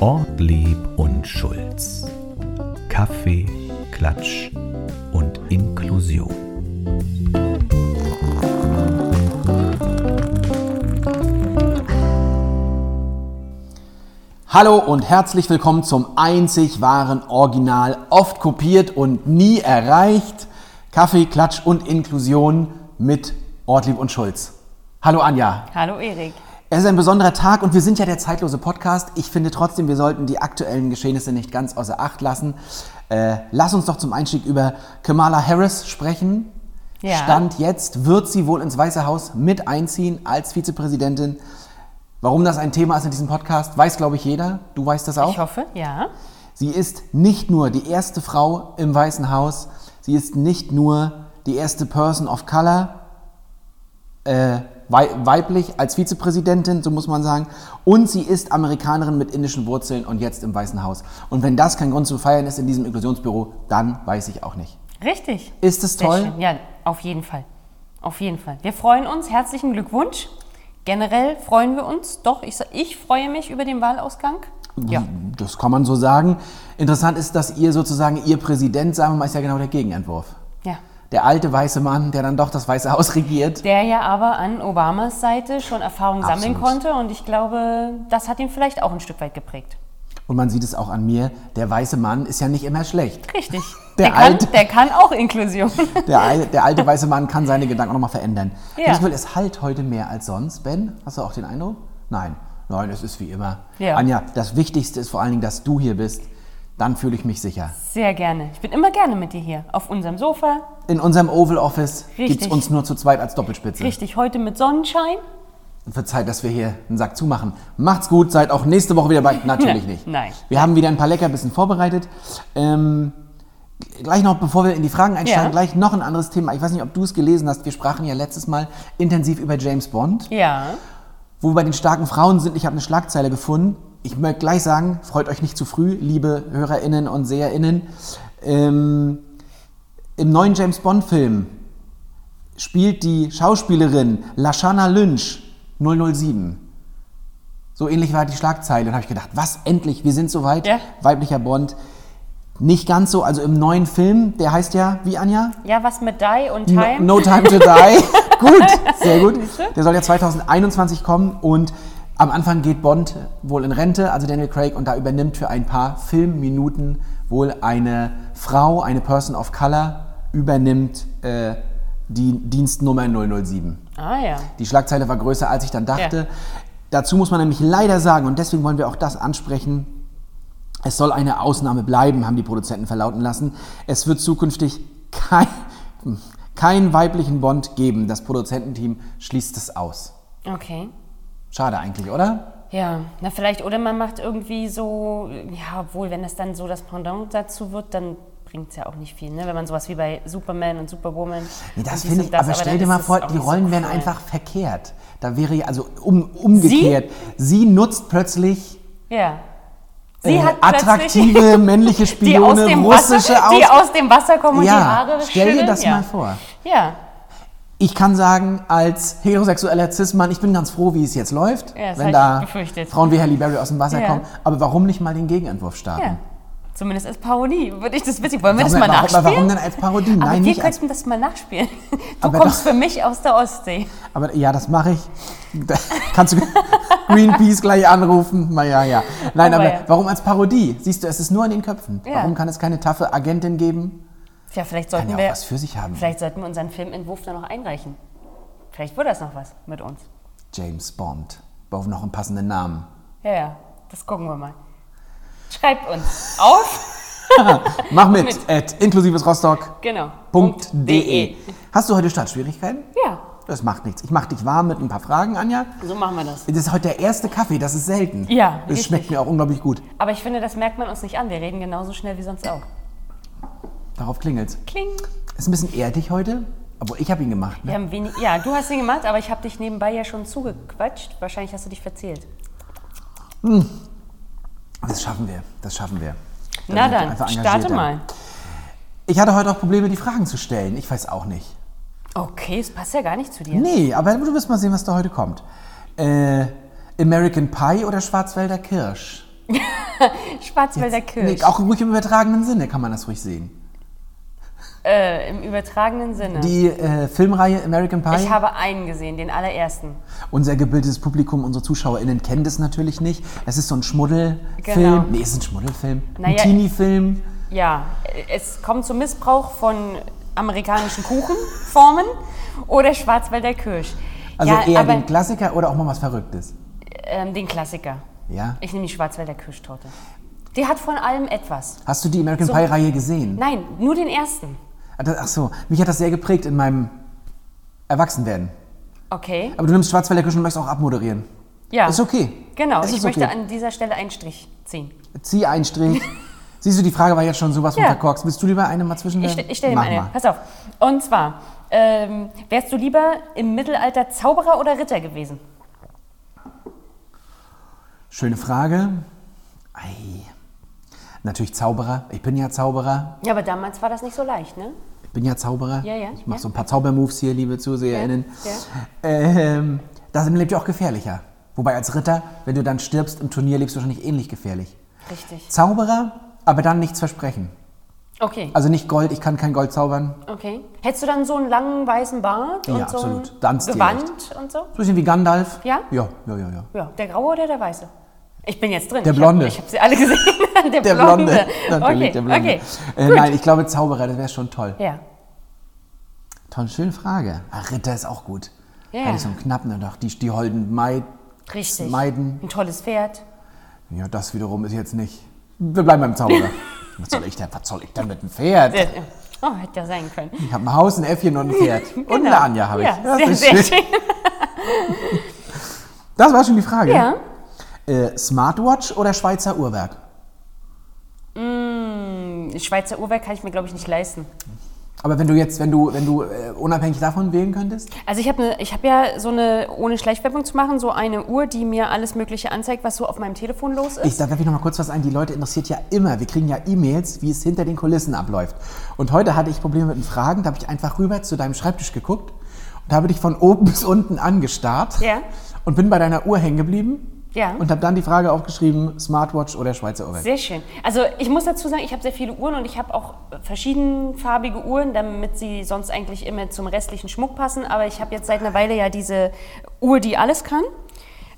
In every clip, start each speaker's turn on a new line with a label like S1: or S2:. S1: Ortlieb und Schulz. Kaffee, Klatsch und Inklusion.
S2: Hallo und herzlich willkommen zum einzig wahren Original, oft kopiert und nie erreicht. Kaffee, Klatsch und Inklusion mit Ortlieb und Schulz. Hallo Anja.
S3: Hallo Erik.
S2: Es ist ein besonderer Tag und wir sind ja der zeitlose Podcast. Ich finde trotzdem, wir sollten die aktuellen Geschehnisse nicht ganz außer Acht lassen. Äh, lass uns doch zum Einstieg über Kamala Harris sprechen.
S3: Ja.
S2: Stand jetzt wird sie wohl ins Weiße Haus mit einziehen als Vizepräsidentin. Warum das ein Thema ist in diesem Podcast, weiß, glaube ich, jeder. Du weißt das auch.
S3: Ich hoffe, ja.
S2: Sie ist nicht nur die erste Frau im Weißen Haus, sie ist nicht nur die erste Person of Color, äh, wei weiblich als Vizepräsidentin, so muss man sagen, und sie ist Amerikanerin mit indischen Wurzeln und jetzt im Weißen Haus. Und wenn das kein Grund zu feiern ist in diesem Inklusionsbüro, dann weiß ich auch nicht.
S3: Richtig.
S2: Ist es
S3: Sehr
S2: toll?
S3: schön. Ja, auf jeden Fall. Auf jeden Fall. Wir freuen uns. Herzlichen Glückwunsch. Generell freuen wir uns. Doch, ich, sa- ich freue mich über den Wahlausgang. Ja.
S2: Das kann man so sagen. Interessant ist, dass ihr sozusagen, ihr Präsident, sagen wir mal, ist ja genau der Gegenentwurf.
S3: ja.
S2: Der alte weiße Mann, der dann doch das Weiße Haus regiert.
S3: Der ja aber an Obamas Seite schon Erfahrung sammeln
S2: Absolut.
S3: konnte und ich glaube, das hat ihn vielleicht auch ein Stück weit geprägt.
S2: Und man sieht es auch an mir, der weiße Mann ist ja nicht immer schlecht.
S3: Richtig.
S2: Der
S3: kann,
S2: Alte.
S3: der kann auch Inklusion.
S2: Der, al der alte weiße Mann kann seine Gedanken auch nochmal verändern.
S3: Ja.
S2: Diesmal ist halt heute mehr als sonst, Ben. Hast du auch den Eindruck? Nein, nein, es ist wie immer.
S3: Ja.
S2: Anja, das Wichtigste ist vor allen Dingen, dass du hier bist. Dann fühle ich mich sicher.
S3: Sehr gerne. Ich bin immer gerne mit dir hier. Auf unserem Sofa.
S2: In unserem Oval Office gibt es
S3: Richtig.
S2: uns nur zu zweit als Doppelspitze.
S3: Richtig. Heute mit Sonnenschein.
S2: Wird Zeit, dass wir hier einen Sack zumachen. Macht's gut, seid auch nächste Woche wieder bei. Natürlich
S3: Nein,
S2: nicht.
S3: nein.
S2: Wir haben wieder ein paar Leckerbissen vorbereitet. Ähm, gleich noch, bevor wir in die Fragen einsteigen,
S3: Ja.
S2: gleich noch ein anderes Thema. Ich weiß nicht, ob du es gelesen hast. Wir sprachen ja letztes Mal intensiv über James Bond.
S3: Ja.
S2: Wo wir bei den starken Frauen sind, ich habe eine Schlagzeile gefunden. Ich möchte gleich sagen, freut euch nicht zu früh, liebe HörerInnen und SeherInnen. Ähm, Im neuen James Bond-Film spielt die Schauspielerin Lashana Lynch 007. So ähnlich war die Schlagzeile. Und habe ich gedacht, was, endlich, wir sind soweit.
S3: Ja.
S2: Weiblicher Bond. Nicht ganz so, also im neuen Film, der heißt ja, wie Anja?
S3: Ja, was mit Die und
S2: No,
S3: Time?
S2: no Time to Die. gut, sehr gut.
S3: Siehst du?
S2: Der soll ja 2021 kommen und am Anfang geht Bond wohl in Rente, also Daniel Craig, und da übernimmt für ein paar Filmminuten wohl eine Frau, eine Person of Color, übernimmt äh, die Dienstnummer 007.
S3: Ah ja.
S2: Die Schlagzeile war größer, als ich dann dachte. Dazu muss man nämlich leider sagen, und deswegen wollen wir auch das ansprechen, es soll eine Ausnahme bleiben, haben die Produzenten verlauten lassen. Es wird zukünftig kein, keinen weiblichen Bond geben. Das Produzententeam schließt es aus.
S3: Okay.
S2: Schade eigentlich, oder?
S3: Ja, na vielleicht, oder man macht irgendwie so, ja, obwohl, wenn das dann so das Pendant dazu wird, dann bringt es ja auch nicht viel, ne? Wenn man sowas wie bei Superman und Superwoman.
S2: Nee, das
S3: und dies
S2: finde
S3: und
S2: ich, aber
S3: dann
S2: stell dir
S3: ist
S2: mal
S3: das
S2: vor,
S3: auch
S2: die
S3: nicht so
S2: Rollen wären
S3: cool.
S2: einfach verkehrt. Da wäre ja, also um, umgekehrt. Sie? nutzt plötzlich
S3: Ja. Sie
S2: äh,
S3: hat plötzlich
S2: attraktive männliche
S3: die aus,
S2: Spione,
S3: dem
S2: russische
S3: Wasser, die
S2: aus
S3: aus dem Wasser kommen und die
S2: Ja,
S3: Haare
S2: stell dir
S3: schütteln.
S2: das
S3: ja.
S2: mal vor.
S3: Ja,
S2: Ich kann sagen, als heterosexueller Cis-Mann, ich bin ganz froh, wie es jetzt läuft,
S3: Ja, das hab
S2: wenn
S3: ich
S2: da
S3: befürchtet.
S2: Frauen wie Halle Berry aus dem Wasser
S3: Ja.
S2: kommen. Aber warum nicht mal den Gegenentwurf starten?
S3: ja. Zumindest als Parodie würde ich das witzig. Wollen wir das
S2: Warum-
S3: mal
S2: warum-
S3: nachspielen?
S2: warum denn als Parodie?
S3: Aber
S2: Nein,
S3: wir
S2: nicht als-
S3: könnten das mal nachspielen. Du
S2: Aber
S3: kommst
S2: doch-
S3: für mich aus der Ostsee.
S2: Aber ja, das mache ich. Da kannst du Greenpeace gleich anrufen? Na ja, ja. Nein,
S3: Aber
S2: aber
S3: ja.
S2: warum als Parodie? Siehst du, es ist nur in den Köpfen.
S3: Ja.
S2: Warum kann es keine taffe Agentin geben?
S3: Ja, vielleicht
S2: Kann
S3: sollten
S2: ja
S3: wir
S2: auch was für sich haben.
S3: Vielleicht sollten wir unseren Filmentwurf dann noch einreichen. Vielleicht wird das noch was mit uns.
S2: James Bond. Brauchen noch einen passenden Namen.
S3: Ja, ja, das gucken wir mal. Schreibt uns auf.
S2: Mach mit, at inklusivesrostock.de.
S3: Genau. E.
S2: E. Hast du heute Startschwierigkeiten?
S3: Ja,
S2: Das macht nichts. Ich mache dich warm mit ein paar Fragen, Anja.
S3: so machen wir das.
S2: Das ist heute der erste Kaffee, das ist selten.
S3: Ja,
S2: Das
S3: richtig.
S2: schmeckt mir auch unglaublich gut.
S3: Aber ich finde, das merkt man uns nicht an. Wir reden genauso schnell wie sonst auch.
S2: Darauf klingelt's.
S3: Kling.
S2: Ist ein bisschen erdig heute, obwohl ich habe ihn gemacht. Ne?
S3: Wir haben wenig, ja, du hast ihn gemacht, aber ich habe dich nebenbei ja schon zugequatscht. Wahrscheinlich hast du dich verzählt.
S2: Das schaffen wir, das schaffen wir. Da
S3: Na
S2: sind wir
S3: dann,
S2: einfach
S3: starte
S2: engagierter.
S3: mal.
S2: Ich hatte heute auch Probleme, die Fragen zu stellen. Ich weiß auch nicht.
S3: Okay, es passt ja gar nicht zu dir.
S2: Nee, aber du wirst mal sehen, was da heute kommt. Äh, American Pie oder Schwarzwälder Kirsch?
S3: Schwarzwälder Kirsch.
S2: Nee, auch ruhig im übertragenen Sinne kann man das ruhig sehen.
S3: äh, Im übertragenen Sinne.
S2: Die äh, Filmreihe American Pie.
S3: ich habe einen gesehen, den allerersten.
S2: Unser gebildetes Publikum, unsere ZuschauerInnen kennen das natürlich nicht. Es ist so ein Schmuddelfilm.
S3: Genau.
S2: Nee, es ist ein Schmuddelfilm. ein
S3: Naja,
S2: Teenie-Film.
S3: Ja, es kommt zum Missbrauch von amerikanischen Kuchenformen oder Schwarzwälder Kirsch.
S2: Also
S3: ja,
S2: eher
S3: aber
S2: den Klassiker oder auch mal was Verrücktes.
S3: ähm, den Klassiker.
S2: Ja.
S3: Ich nehme die Schwarzwälder Kirschtorte. Die hat von allem etwas.
S2: Hast du die American
S3: So.
S2: Pie-Reihe gesehen?
S3: Nein, nur den ersten.
S2: Ah, das- Ach so, mich hat das sehr geprägt in meinem Erwachsenwerden.
S3: Okay.
S2: Aber du nimmst Schwarzwälder Kirsch und möchtest auch abmoderieren.
S3: Ja.
S2: Ist okay.
S3: Genau,
S2: Es
S3: ich
S2: ist
S3: möchte
S2: okay.
S3: an dieser Stelle einen Strich ziehen.
S2: Zieh einen Strich. Siehst du, die Frage war jetzt schon sowas von
S3: Ja.
S2: verkorkst. Willst du lieber eine mal zwischen
S3: Ich, ste- ich stelle dir mal eine.
S2: Mal.
S3: Pass auf. Und zwar, ähm, wärst du lieber im Mittelalter Zauberer oder Ritter gewesen?
S2: Schöne Frage. Ei. Natürlich Zauberer. Ich bin ja Zauberer.
S3: Ja, aber damals war das nicht so leicht, ne?
S2: Ich bin ja Zauberer.
S3: Ja, ja,
S2: Ich mache
S3: ja.
S2: so ein paar Zaubermoves hier, liebe ZuseherInnen.
S3: Ja,
S2: Ähm, das lebt ja auch gefährlicher. Wobei als Ritter, wenn du dann stirbst im Turnier, lebst du wahrscheinlich ähnlich gefährlich.
S3: Richtig.
S2: Zauberer, aber dann nichts versprechen.
S3: Okay,
S2: Also nicht Gold, ich kann kein Gold zaubern.
S3: okay. Hättest du dann so einen langen weißen Bart
S2: Ja,
S3: und so
S2: absolut.
S3: ein
S2: Dann stilecht.
S3: Gewand und so?
S2: So ein bisschen wie Gandalf.
S3: Ja?
S2: Ja, ja, ja. ja.
S3: Ja, der graue oder der weiße? Ich bin jetzt drin.
S2: Der
S3: Ich
S2: Blonde.
S3: Hab, ich habe sie alle gesehen. der,
S2: Der
S3: Blonde.
S2: Blonde. Natürlich,
S3: okay,
S2: der Blonde.
S3: okay.
S2: Äh, nein, ich glaube Zauberer, das wäre schon toll.
S3: Ja.
S2: Toll, schöne Frage. Ach, Ritter ist auch gut.
S3: Ja.
S2: Hatte ich so einen Knappen und auch die, die holden Maid.
S3: Richtig.
S2: Meiden.
S3: Ein tolles Pferd.
S2: Ja, das wiederum ist jetzt nicht. Wir bleiben beim Zauberer. was, soll ich denn, was soll ich denn mit dem Pferd?
S3: Sehr- Oh, hätte ja sein können. Genau.
S2: Ich habe ein Haus, ein Äffchen und ein Pferd. Und eine Anja habe ich.
S3: Ja,
S2: das,
S3: sehr,
S2: ist
S3: sehr
S2: schön.
S3: schön.
S2: das war schon die Frage.
S3: Ja.
S2: Äh, Smartwatch oder Schweizer Uhrwerk?
S3: Mm, Schweizer Uhrwerk kann ich mir, glaube ich, nicht leisten.
S2: Aber wenn du jetzt, wenn du, wenn du äh, unabhängig davon wählen könntest?
S3: Also ich habe ne, ich hab ja so eine, ohne Schleichwerbung zu machen, so eine Uhr, die mir alles Mögliche anzeigt, was so auf meinem Telefon los ist.
S2: Ich da werfe ich noch mal kurz was ein. Die Leute interessiert ja immer. Wir kriegen ja E-Mails, wie es hinter den Kulissen abläuft. Und heute hatte ich Probleme mit den Fragen. Da habe ich einfach rüber zu deinem Schreibtisch geguckt und habe dich von oben bis unten angestarrt.
S3: Ja.
S2: Und bin bei deiner Uhr hängen geblieben.
S3: Ja.
S2: Und habe dann die Frage aufgeschrieben: Smartwatch oder Schweizer Uhrwerk?
S3: Sehr schön. Also ich muss dazu sagen, ich habe sehr viele Uhren und ich habe auch verschiedenfarbige Uhren, damit sie sonst eigentlich immer zum restlichen Schmuck passen. Aber ich habe jetzt seit einer Weile ja diese Uhr, die alles kann,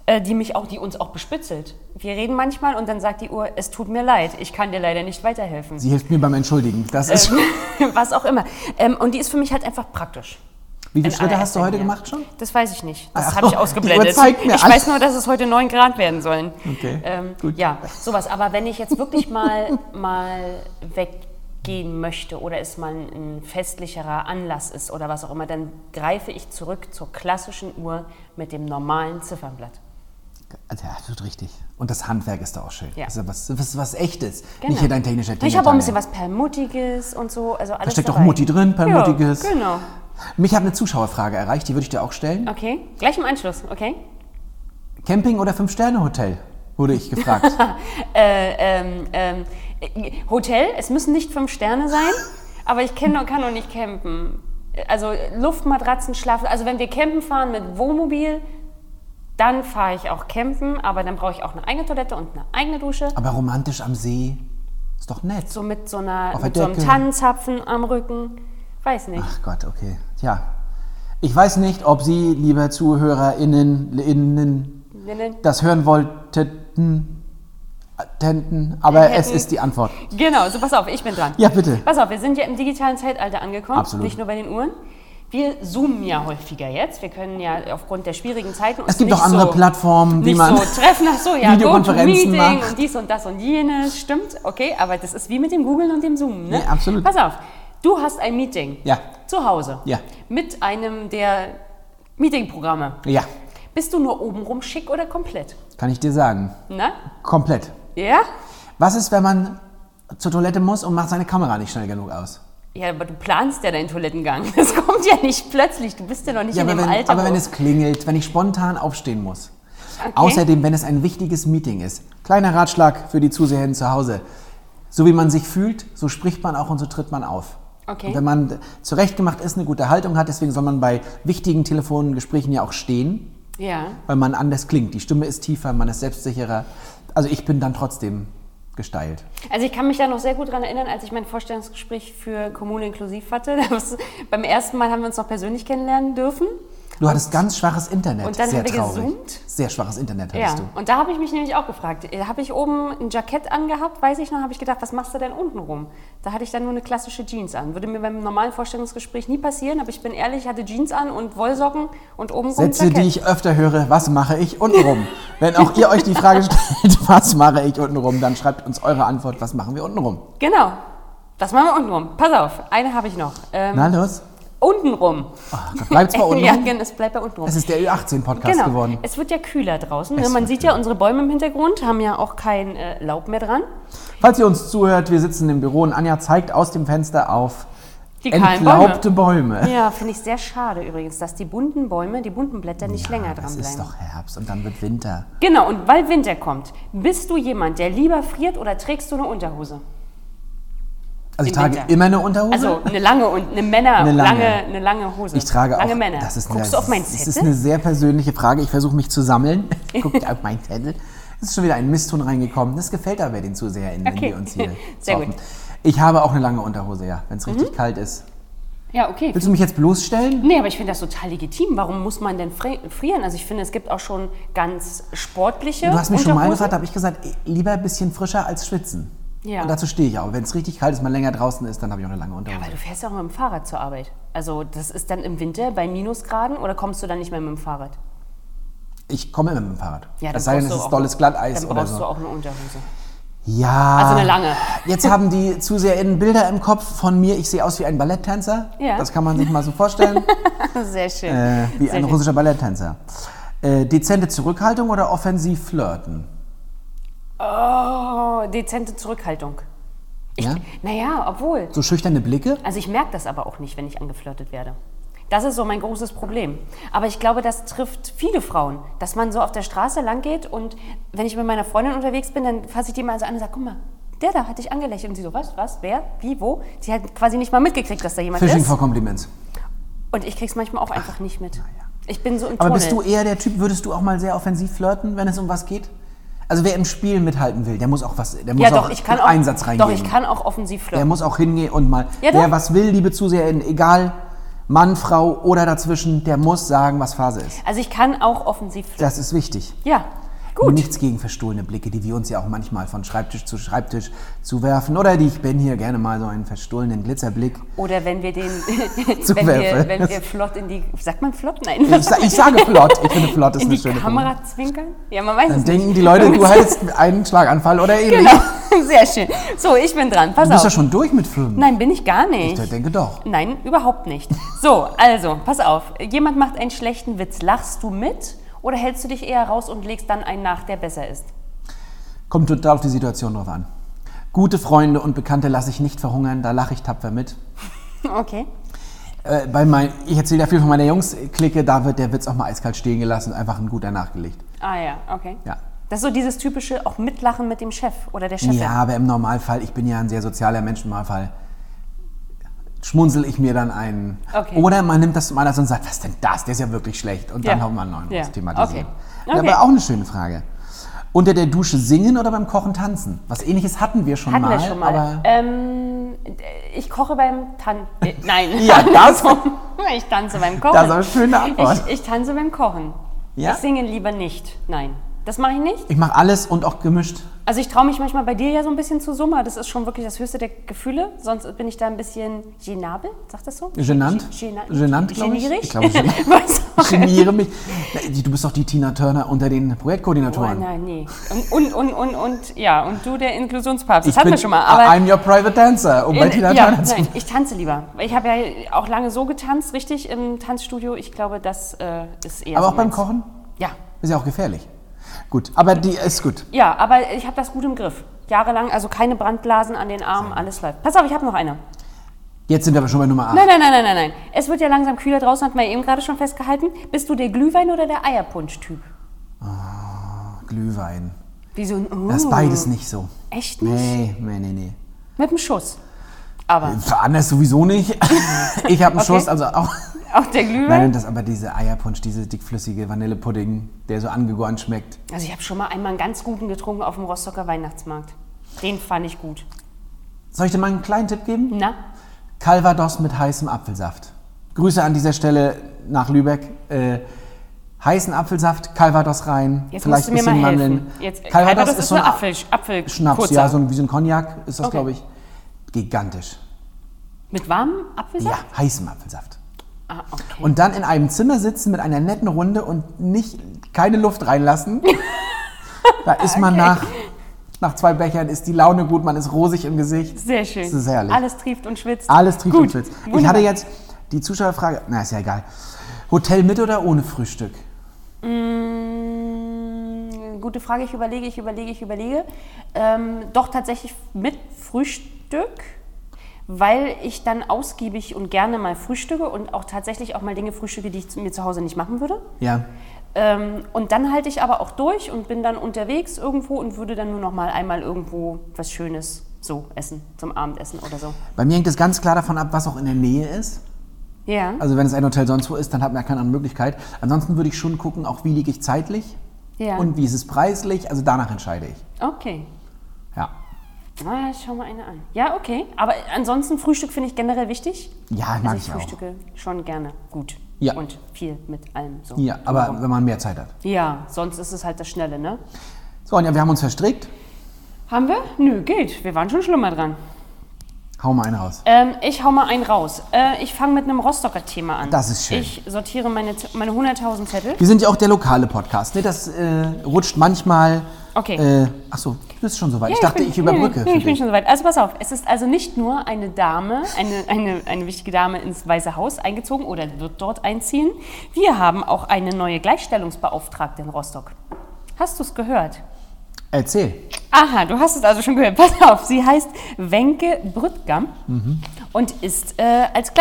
S3: äh, die mich auch, die uns auch bespitzelt. Wir reden manchmal und dann sagt die Uhr, es tut mir leid, ich kann dir leider nicht weiterhelfen.
S2: Sie hilft mir beim Entschuldigen. Das
S3: Ähm,
S2: ist
S3: Was auch immer. Ähm, und die ist für mich halt einfach praktisch.
S2: Wie viele
S3: In
S2: Schritte hast du
S3: allererster
S2: heute
S3: Linie.
S2: gemacht schon?
S3: Das weiß ich nicht. Das
S2: Ach,
S3: habe ich
S2: die
S3: ausgeblendet.
S2: Uhr zeigt mir
S3: ich
S2: alles.
S3: weiß nur, dass es heute 9 Grad werden sollen.
S2: Okay,
S3: Ähm,
S2: gut.
S3: Ja, sowas. Aber wenn ich jetzt wirklich mal, mal weggehen möchte oder es mal ein festlicherer Anlass ist oder was auch immer, dann greife ich zurück zur klassischen Uhr mit dem normalen Ziffernblatt.
S2: Also, ja, absolut richtig. Und das Handwerk ist da auch schön.
S3: Ja.
S2: Das ist was, was, was Echtes.
S3: Genau.
S2: Nicht hier dein technischer Ding.
S3: Ich habe auch ein bisschen was Permuttiges und so. Also alles
S2: Da steckt auch
S3: dabei.
S2: Mutti drin, Permuttiges.
S3: Ja, genau.
S2: Mich hat eine Zuschauerfrage erreicht, die würde ich dir auch stellen.
S3: Okay, gleich im Anschluss, okay?
S2: Camping oder Fünf-Sterne-Hotel? Wurde ich gefragt.
S3: äh, ähm, ähm, äh, Hotel, es müssen nicht fünf Sterne sein, aber ich kenn, kann noch nicht campen. Also Luftmatratzen, Schlafen. Also wenn wir campen fahren mit Wohnmobil, dann fahre ich auch campen, aber dann brauche ich auch eine eigene Toilette und eine eigene Dusche.
S2: Aber romantisch am See ist doch nett.
S3: So mit so, einer,
S2: Auf
S3: mit so
S2: der
S3: einem
S2: Decke.
S3: Tannenzapfen am Rücken. Weiß nicht.
S2: Ach Gott, okay. Tja. Ich weiß nicht, ob Sie, liebe ZuhörerInnen, innen, das hören wollten, tenten, aber es
S3: Hätten.
S2: ist die Antwort.
S3: Genau, so pass auf, ich bin dran.
S2: Ja, bitte.
S3: Pass auf, wir sind ja im digitalen Zeitalter angekommen,
S2: Absolut.
S3: nicht nur bei den Uhren. Wir zoomen ja häufiger jetzt. Wir können ja aufgrund der schwierigen Zeiten uns
S2: Es gibt
S3: nicht
S2: auch andere
S3: so,
S2: Plattformen, wie
S3: nicht
S2: man
S3: so treffen. Ach so, ja,
S2: Videokonferenzen
S3: GoToMeeting
S2: macht.
S3: und dies und das und jenes, stimmt. Okay, aber das ist wie mit dem Googlen und dem Zoomen, ne?
S2: Nee, absolut.
S3: Pass auf, du hast ein Meeting
S2: Ja.
S3: zu Hause
S2: Ja.
S3: mit einem der Meetingprogramme.
S2: Ja,
S3: Bist du nur obenrum schick oder komplett?
S2: kann ich dir sagen.
S3: Na?
S2: Komplett.
S3: Ja?
S2: Was ist, wenn man zur Toilette muss und macht seine Kamera nicht schnell genug aus?
S3: Ja, aber du planst ja deinen Toilettengang. Das kommt ja nicht plötzlich. Du bist ja noch nicht
S2: Ja,
S3: in
S2: aber
S3: dem
S2: wenn,
S3: Alter.
S2: aber wenn
S3: wo-
S2: es klingelt, wenn ich spontan aufstehen muss. Außerdem, wenn es ein wichtiges Meeting ist. Kleiner Ratschlag für die Zuseherinnen zu Hause. So wie man sich fühlt, so spricht man auch und so tritt man auf.
S3: Okay.
S2: Und wenn man zurechtgemacht ist, eine gute Haltung hat, deswegen soll man bei wichtigen Telefongesprächen ja auch stehen,
S3: Ja.
S2: weil man anders klingt. Die Stimme ist tiefer, man ist selbstsicherer. Also ich bin dann trotzdem gesteilt.
S3: Also ich kann mich da noch sehr gut dran erinnern, als ich mein Vorstellungsgespräch für Kommune inklusiv hatte. Das, beim ersten Mal haben wir uns noch persönlich kennenlernen dürfen.
S2: Du hattest ganz schwaches Internet.
S3: Und dann
S2: Sehr
S3: haben wir
S2: traurig.
S3: gesoomt.
S2: Sehr schwaches Internet
S3: Ja.
S2: hattest du.
S3: Und da habe ich mich nämlich auch gefragt. äh, Habe ich oben ein Jackett angehabt, weiß ich noch, habe ich gedacht, was machst du denn unten rum? Da hatte ich dann nur eine klassische Jeans an. Würde mir beim normalen Vorstellungsgespräch nie passieren, aber ich bin ehrlich, ich hatte Jeans an und Wollsocken und oben rum
S2: Sätze,
S3: Jackett.
S2: die ich öfter höre, was mache ich untenrum? Wenn auch ihr euch die Frage stellt, was mache ich untenrum, dann schreibt uns eure Antwort, was machen wir untenrum?
S3: Genau. Das machen wir unten rum. Pass auf, eine habe ich noch. Ähm,
S2: Na los,
S3: unten rum.
S2: bleibt's mal unten.
S3: Ja, genau, es bleibt bei unten rum.
S2: Es ist der Ü18-Podcast
S3: Genau.
S2: geworden.
S3: Es wird ja kühler draußen. ne?
S2: Es
S3: Man
S2: wird
S3: sieht ja, unsere Bäume im Hintergrund haben ja auch kein äh, Laub mehr dran.
S2: Falls ihr uns zuhört, wir sitzen im Büro und Anja zeigt aus dem Fenster auf
S3: Die kahlen
S2: entlaubte Bäume.
S3: Bäume. Ja, finde ich sehr schade übrigens, dass die bunten Bäume, die bunten Blätter nicht länger dran
S2: Es
S3: bleiben.
S2: ist doch Herbst und dann wird Winter.
S3: Genau, und weil Winter kommt, bist du jemand, der lieber friert oder trägst du eine Unterhose?
S2: Also ich
S3: Im
S2: trage
S3: Winter.
S2: immer eine Unterhose.
S3: Also eine lange und eine Männer,
S2: Mhm. Eine
S3: eine
S2: lange.
S3: lange, eine lange Hose.
S2: ich trage
S3: lange
S2: auch,
S3: Männer.
S2: Das ist
S3: Guckst
S2: eine,
S3: du auf mein
S2: Das ist eine
S3: Zettel?
S2: sehr persönliche Frage. Ich versuche mich zu sammeln. Guckt auf meinen Zettel. Es ist schon wieder ein Mistton reingekommen. Das gefällt aber den ZuseherInnen, wenn
S3: Okay.
S2: wir uns hier
S3: Sehr
S2: zoffen.
S3: gut. Mhm.
S2: Ich habe auch eine lange Unterhose, ja, wenn es richtig kalt ist.
S3: Ja, okay.
S2: Willst du mich jetzt bloßstellen?
S3: Nee, aber ich finde das total legitim. Warum muss man denn fri- frieren? Also ich finde, es gibt auch schon ganz sportliche
S2: Du hast mich schon mal
S3: Unterhosen.
S2: gefragt, da habe ich gesagt, eh, lieber ein bisschen frischer als schwitzen.
S3: Ja.
S2: Und dazu stehe ich auch. Wenn es richtig kalt ist, man länger draußen ist, dann habe ich auch eine lange
S3: Ja,
S2: Unterhose.
S3: weil du fährst ja auch mit dem Fahrrad zur Arbeit. Also das ist dann im Winter bei Minusgraden oder kommst du dann nicht mehr mit dem Fahrrad?
S2: Ich komme immer mit dem Fahrrad.
S3: Ja,
S2: das sei denn,
S3: brauchst
S2: es
S3: du
S2: ist
S3: auch-
S2: dolles Glatteis
S3: Dann
S2: oder
S3: brauchst du
S2: so.
S3: auch eine Unterhose.
S2: Ja.
S3: Also eine lange.
S2: Jetzt haben die ZuseherInnen Bilder im Kopf von mir. Ich sehe aus wie ein Balletttänzer.
S3: Ja.
S2: Das kann man sich mal so vorstellen.
S3: Sehr schön.
S2: äh, wie
S3: Sehr
S2: ein
S3: schön.
S2: russischer Balletttänzer. Äh, dezente Zurückhaltung oder offensiv flirten?
S3: Oh, dezente Zurückhaltung.
S2: Ja?
S3: Naja, obwohl.
S2: So schüchterne Blicke?
S3: Also ich merke das aber auch nicht, wenn ich angeflirtet werde. Das ist so mein großes Problem. Aber ich glaube, das trifft viele Frauen, dass man so auf der Straße lang geht und wenn ich mit meiner Freundin unterwegs bin, dann fasse ich die mal so an und sage, guck mal, der da hat dich angelächelt. Und sie so, was, was, wer, wie, wo? Die hat quasi nicht mal mitgekriegt, dass da jemand
S2: Fishing
S3: ist.
S2: for Compliments.
S3: Und ich krieg's manchmal auch einfach nicht mit. Ich bin so im
S2: Ah, Aber
S3: Tunnel.
S2: bist du eher der Typ, würdest du auch mal sehr offensiv flirten, wenn es um was geht? Also wer im Spiel mithalten will, der muss auch was, der muss
S3: ja,
S2: auch
S3: doch, ich kann
S2: einen
S3: auch,
S2: Einsatz reingeben.
S3: Doch, ich kann auch offensiv
S2: Der
S3: flirten.
S2: muss auch hingehen und mal,
S3: Ja,
S2: wer
S3: doch.
S2: was will, liebe ZuseherInnen, egal, Mann, Frau oder dazwischen, der muss sagen, was Phase ist.
S3: Also ich kann auch offensiv flirten.
S2: Das ist wichtig.
S3: Ja, gut.
S2: Nichts gegen verstohlene Blicke, die wir uns ja auch manchmal von Schreibtisch zu Schreibtisch zuwerfen. Oder die, ich bin hier gerne mal so einen verstohlenen Glitzerblick.
S3: Oder wenn wir den, wenn,
S2: Zuwerfe.
S3: wir, wenn wir flott in die, sagt man flott? Nein.
S2: Ich, sa ich sage flott, ich finde flott ist
S3: in
S2: eine
S3: die
S2: schöne
S3: Kamera zwinkern? Ja, man weiß
S2: Dann
S3: es nicht.
S2: denken die Leute, du hattest einen Schlaganfall oder ähnliches.
S3: Genau, sehr schön. So, ich bin dran. Pass
S2: Du bist ja
S3: auf.
S2: schon durch mit Filmen.
S3: Nein, bin ich gar nicht.
S2: Ich denke doch.
S3: Nein, überhaupt nicht. So, also, pass auf. Jemand macht einen schlechten Witz. Lachst du mit oder hältst du dich eher raus und legst dann einen nach, der besser ist?
S2: Kommt total auf die Situation drauf an. Gute Freunde und Bekannte lasse ich nicht verhungern, da lache ich tapfer mit.
S3: Okay.
S2: Äh, bei mein, ich erzähle ja viel von meiner Jungs-Clique, da wird der Witz auch mal eiskalt stehen gelassen und einfach ein guter nachgelegt.
S3: Ah ja, okay.
S2: Ja.
S3: Das ist so dieses typische auch mitlachen mit dem Chef oder der Chefin.
S2: Ja, aber im Normalfall, ich bin ja ein sehr sozialer Mensch, im Normalfall schmunzel ich mir dann einen.
S3: Okay.
S2: Oder man nimmt das zum Anlass und sagt, was ist denn das, der ist ja wirklich schlecht. Und dann
S3: Ja.
S2: haben wir einen neuen
S3: Ja.
S2: ja. thematisieren.
S3: Okay. Okay.
S2: Aber auch eine schöne Frage. Unter der Dusche singen oder beim Kochen tanzen? Was ähnliches hatten wir schon
S3: Hatten
S2: mal.
S3: wir schon mal.
S2: Aber
S3: Ähm, ich koche beim Tanzen. Äh, nein.
S2: Ja, das-
S3: Andersrum. Ich tanze beim Kochen.
S2: Das ist eine schöne Antwort.
S3: Ich, ich tanze beim Kochen.
S2: Ja?
S3: Ich singe lieber nicht. Nein. Das mache ich nicht.
S2: ich mache alles und auch gemischt.
S3: Also ich traue mich manchmal bei dir ja so ein bisschen zu Summer. Das ist schon wirklich das höchste der Gefühle. Sonst bin ich da ein bisschen genabel. Sagt das so?
S2: Genant?
S3: Gena-
S2: Genant, glaube ich.
S3: Genierig?
S2: Ich glaube, gena-
S3: Weiß auch-
S2: Ich geniere mich. Na, die- Du bist doch die Tina Turner unter den
S3: Oh,
S2: Projektkoordinatoren.
S3: nein, nee. Und, und, und, und, und, ja, und du, der Inklusionspapst. Das
S2: ich
S3: hatten
S2: bin,
S3: wir schon mal. Aber
S2: I'm your private dancer, um bei
S3: In-
S2: Tina
S3: ja,
S2: Turner zu
S3: nein, ich tanze lieber. Ich habe ja auch lange so getanzt, richtig im Tanzstudio. Ich glaube, das äh, ist eher.
S2: Aber
S3: so
S2: auch beim
S3: meins.
S2: Kochen?
S3: Ja.
S2: Ist ja auch gefährlich. Gut, aber die ist gut.
S3: Ja, aber ich habe das gut im Griff. Jahrelang, also keine Brandblasen an den Armen, alles läuft. Pass auf, ich habe noch eine.
S2: Jetzt sind wir aber schon bei Nummer 8.
S3: Nein, nein, nein, nein, nein, nein. Es wird ja langsam kühler draußen, hat man ja eben gerade schon festgehalten. Bist du der Glühwein oder der Eierpunsch-Typ?
S2: Glühwein.
S3: Wie so ein.
S2: Das ist
S3: Uh,
S2: beides nicht so.
S3: Echt nicht?
S2: Nee, nee, nee, nee.
S3: Mit dem Schuss. Aber
S2: Anders sowieso nicht. Ich habe einen
S3: Okay. Mhm.
S2: Schuss, also auch.
S3: auch der Glühwein.
S2: Nein, das aber diese Eierpunsch, diese dickflüssige Vanillepudding, der so angegoren schmeckt.
S3: Also ich habe schon mal einmal einen ganz guten getrunken auf dem Rostocker Weihnachtsmarkt. Den fand ich gut.
S2: Soll ich dir mal einen kleinen Tipp geben?
S3: Na?
S2: Calvados mit heißem Apfelsaft. Grüße an dieser Stelle nach Lübeck. Äh, heißen Apfelsaft, Calvados rein,
S3: Jetzt
S2: vielleicht ein
S3: musst du
S2: bisschen
S3: mir mal
S2: Mandeln.
S3: helfen. Jetzt,
S2: Calvados,
S3: Calvados
S2: ist, so ein
S3: eine Apfel, Apfel
S2: Schnaps,
S3: kurzer.
S2: ja, so ein, wie so ein Cognac ist das,
S3: Okay.
S2: glaube ich. Gigantisch.
S3: Mit warmem
S2: Ja,
S3: Apfelsaft?
S2: heißem Apfelsaft.
S3: Ah, okay.
S2: Und dann in einem Zimmer sitzen mit einer netten Runde und nicht keine Luft reinlassen. da ist man nach, nach zwei Bechern, ist die Laune gut, man ist rosig im Gesicht.
S3: Sehr schön.
S2: Das ist herrlich. Alles,
S3: Alles trieft und schwitzt.
S2: Alles trieft
S3: Gut,
S2: und schwitzt. Ich
S3: wunderbar.
S2: hatte jetzt die Zuschauerfrage, na ist ja egal. Hotel mit oder ohne Frühstück?
S3: Mm, Gute Frage, ich überlege, ich überlege, ich überlege. Ähm, doch tatsächlich mit Frühstück, weil ich dann ausgiebig und gerne mal frühstücke und auch tatsächlich auch mal Dinge frühstücke, die ich zu- mir zu Hause nicht machen würde.
S2: Ja.
S3: Ähm, und dann halte ich aber auch durch und bin dann unterwegs irgendwo und würde dann nur noch mal einmal irgendwo was Schönes so essen, zum Abendessen oder so.
S2: Bei mir hängt es ganz klar davon ab, was auch in der Nähe ist.
S3: Ja,
S2: Also wenn es ein Hotel sonst wo ist, dann hat man ja keine andere Möglichkeit. Ansonsten würde ich schon gucken, auch wie liege ich zeitlich
S3: ja.
S2: und wie ist es preislich. Also danach entscheide ich.
S3: okay.
S2: Ja.
S3: Na, ich schau mal eine an. Ja, okay. Aber ansonsten Frühstück finde ich generell wichtig.
S2: Ja, mag
S3: also
S2: ich
S3: ich
S2: auch.
S3: frühstücke schon gerne gut.
S2: Ja.
S3: Und viel mit allem so.
S2: Ja, aber wenn man mehr Zeit hat.
S3: Ja, sonst ist es halt das Schnelle, ne?
S2: So, Anja, wir haben uns verstrickt.
S3: Haben wir? Nö, geht. Wir waren schon schlimmer dran.
S2: Hau mal einen raus.
S3: Ähm, ich hau mal einen raus. Äh, ich fange mit einem Rostocker Thema an.
S2: Das ist schön.
S3: Ich sortiere meine, Z- meine 100.000 Zettel.
S2: Wir sind ja auch der lokale Podcast. Ne? Das äh, rutscht manchmal.
S3: Okay.
S2: Äh, Achso, du bist schon soweit. ich dachte, ich, überbrücke.
S3: Nee, nee,
S2: für
S3: ich bin
S2: dich.
S3: schon soweit. Also pass auf, es ist also nicht nur eine Dame, eine, eine, eine wichtige Dame ins Weiße Haus eingezogen oder wird dort einziehen. Wir haben auch eine neue Gleichstellungsbeauftragte in Rostock. Hast du es gehört?
S2: Erzähl.
S3: Aha, du hast es also schon gehört. Pass auf, sie heißt Wenke Brüttgam
S2: Mhm.
S3: und ist äh, als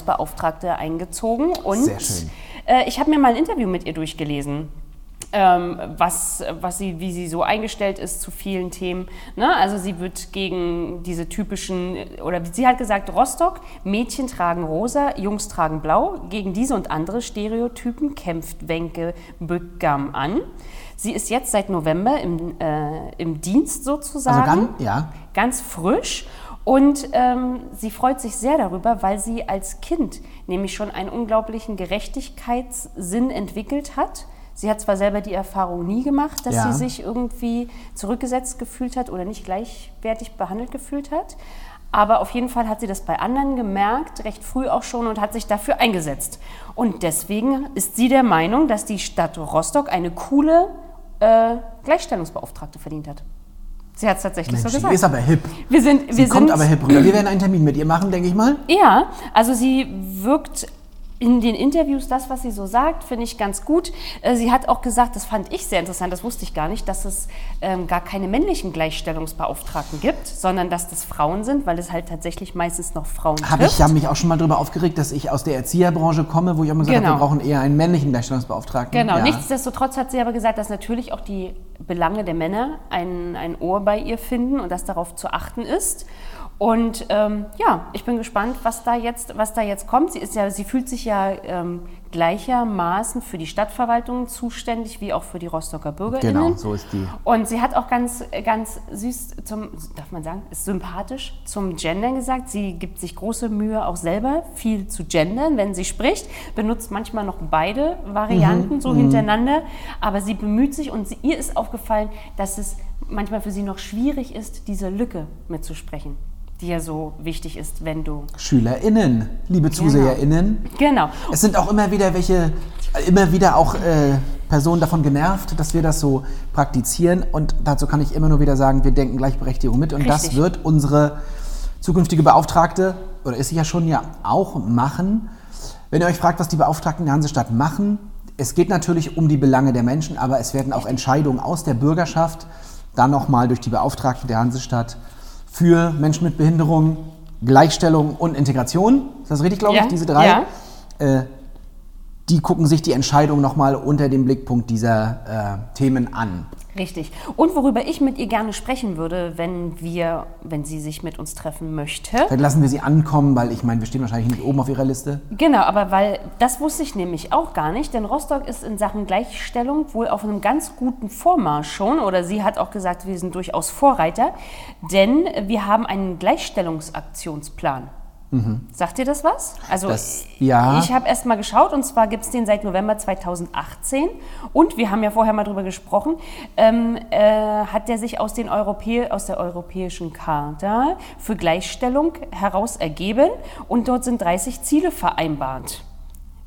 S3: Gleichstellungsbeauftragte eingezogen. Und,
S2: Sehr schön.
S3: Äh, ich habe mir mal ein Interview mit ihr durchgelesen. Ähm, was, was sie, wie sie so eingestellt ist zu vielen Themen. Ne? Also sie wird gegen diese typischen, oder sie hat gesagt, Rostock, Mädchen tragen rosa, Jungs tragen blau. Gegen diese und andere Stereotypen kämpft Wenke Bückgam an. Sie ist jetzt seit November im, äh, im Dienst sozusagen
S2: Also ganz, ja.
S3: ganz frisch. Und ähm, sie freut sich sehr darüber, weil sie als Kind nämlich schon einen unglaublichen Gerechtigkeitssinn entwickelt hat. Sie hat zwar selber die Erfahrung nie gemacht, dass
S2: Ja.
S3: sie sich irgendwie zurückgesetzt gefühlt hat oder nicht gleichwertig behandelt gefühlt hat. Aber auf jeden Fall hat sie das bei anderen gemerkt, recht früh auch schon und hat sich dafür eingesetzt. Und deswegen ist sie der Meinung, dass die Stadt Rostock eine coole äh, Gleichstellungsbeauftragte verdient hat. Sie hat es tatsächlich
S2: Mensch,
S3: so
S2: die
S3: gesagt.
S2: ist aber hip.
S3: Wir sind, wir
S2: Die
S3: sind,
S2: kommt aber hip rüber. Wir werden einen Termin mit ihr machen, denke ich mal.
S3: Ja, also sie wirkt in den Interviews das, was sie so sagt, finde ich ganz gut. Äh, Sie hat auch gesagt, das fand ich sehr interessant, das wusste ich gar nicht, dass es ähm, gar keine männlichen Gleichstellungsbeauftragten gibt, sondern dass das Frauen sind, weil es halt tatsächlich meistens noch Frauen
S2: Habe
S3: trifft.
S2: ich ja mich auch schon mal darüber aufgeregt, dass ich aus der Erzieherbranche komme, wo ich immer gesagt habe,
S3: Genau.
S2: wir brauchen eher einen männlichen Gleichstellungsbeauftragten.
S3: Genau,
S2: ja.
S3: nichtsdestotrotz hat sie aber gesagt, dass natürlich auch die Belange der Männer ein, ein Ohr bei ihr finden und dass darauf zu achten ist. Und ähm, ja, ich bin gespannt, was da jetzt, was da jetzt kommt. Sie, ist ja, sie fühlt sich ja ähm, gleichermaßen für die Stadtverwaltung zuständig wie auch für die Rostocker BürgerInnen.
S2: Genau, so ist die.
S3: Und sie hat auch ganz, ganz süß zum, darf man sagen, ist sympathisch zum Gendern gesagt. Sie gibt sich große Mühe auch selber, viel zu gendern, wenn sie spricht. Benutzt manchmal noch beide
S2: Mhm,
S3: Varianten so hintereinander. Aber sie bemüht sich und sie, ihr ist aufgefallen, dass es manchmal für sie noch schwierig ist, diese Lücke mitzusprechen, die ja so wichtig ist, wenn du.
S2: SchülerInnen, liebe ZuseherInnen.
S3: Genau.
S2: Es sind auch immer wieder welche, immer wieder auch äh, Personen davon genervt, dass wir das so praktizieren. Und dazu kann ich immer nur wieder sagen, wir denken Gleichberechtigung mit. Und das
S3: Richtig.
S2: wird unsere zukünftige Beauftragte, oder ist sie ja schon, ja auch machen. Wenn ihr euch fragt, was die Beauftragten der Hansestadt machen, es geht natürlich um die Belange der Menschen, aber es werden auch Entscheidungen aus der Bürgerschaft dann nochmal durch die Beauftragten der Hansestadt für Menschen mit Behinderung, Gleichstellung und Integration. Ist das richtig, glaube ich,
S3: Ja,
S2: diese drei?
S3: ja.
S2: Äh, die gucken sich die Entscheidung nochmal unter dem Blickpunkt dieser äh, Themen an.
S3: Richtig. Und worüber ich mit ihr gerne sprechen würde, wenn wir, wenn sie sich mit uns treffen möchte.
S2: Vielleicht lassen wir sie ankommen, weil ich meine, wir stehen wahrscheinlich nicht oben auf ihrer Liste.
S3: Genau, aber weil das wusste ich nämlich auch gar nicht, denn Rostock ist in Sachen Gleichstellung wohl auf einem ganz guten Vormarsch schon. Oder sie hat auch gesagt, wir sind durchaus Vorreiter, denn wir haben einen Gleichstellungsaktionsplan. Sagt dir das was? Also
S2: Das- ja.
S3: ich habe erst mal geschaut und zwar gibt es den seit November 2018 und wir haben ja vorher mal drüber gesprochen, ähm, äh, hat der sich aus, den Europä aus der europäischen Charta für Gleichstellung heraus ergeben und dort sind 30 Ziele vereinbart,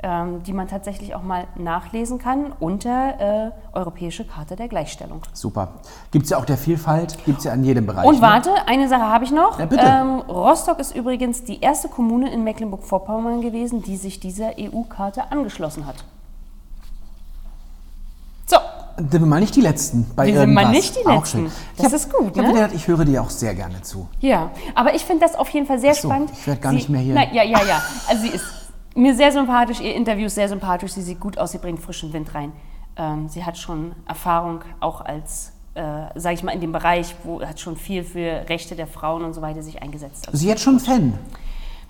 S3: ähm, die man tatsächlich auch mal nachlesen kann unter äh, Europäische Charta der Gleichstellung.
S2: Super. Gibt es ja auch der Vielfalt, gibt es ja an jedem Bereich.
S3: Und
S2: ne?
S3: warte, eine Sache habe ich noch.
S2: Ja, bitte.
S3: Ähm, Rostock ist übrigens die erste Kommune in Mecklenburg-Vorpommern gewesen, die sich dieser EU-Karte angeschlossen hat. So,
S2: Dann sind wir mal nicht die Letzten bei
S3: Wir sind
S2: irgendwas.
S3: mal nicht die
S2: Auch
S3: Letzten.
S2: schön.
S3: Das
S2: ich hab,
S3: ist gut,
S2: Ich, hab
S3: ne?
S2: gedacht, ich höre dir auch sehr gerne zu.
S3: ja. Aber ich finde das auf jeden Fall sehr
S2: so,
S3: spannend.
S2: ich werd gar
S3: Sie-
S2: nicht mehr hier.
S3: Nein, ja, ja, ja. Also sie ist mir sehr sympathisch, ihr Interview ist sehr sympathisch, sie sieht gut aus, sie bringt frischen Wind rein. Ähm, sie hat schon Erfahrung auch als, äh, sage ich mal, in dem Bereich, wo hat schon viel für Rechte der Frauen und so weiter sich eingesetzt. Also
S2: Sie jetzt schon Fan.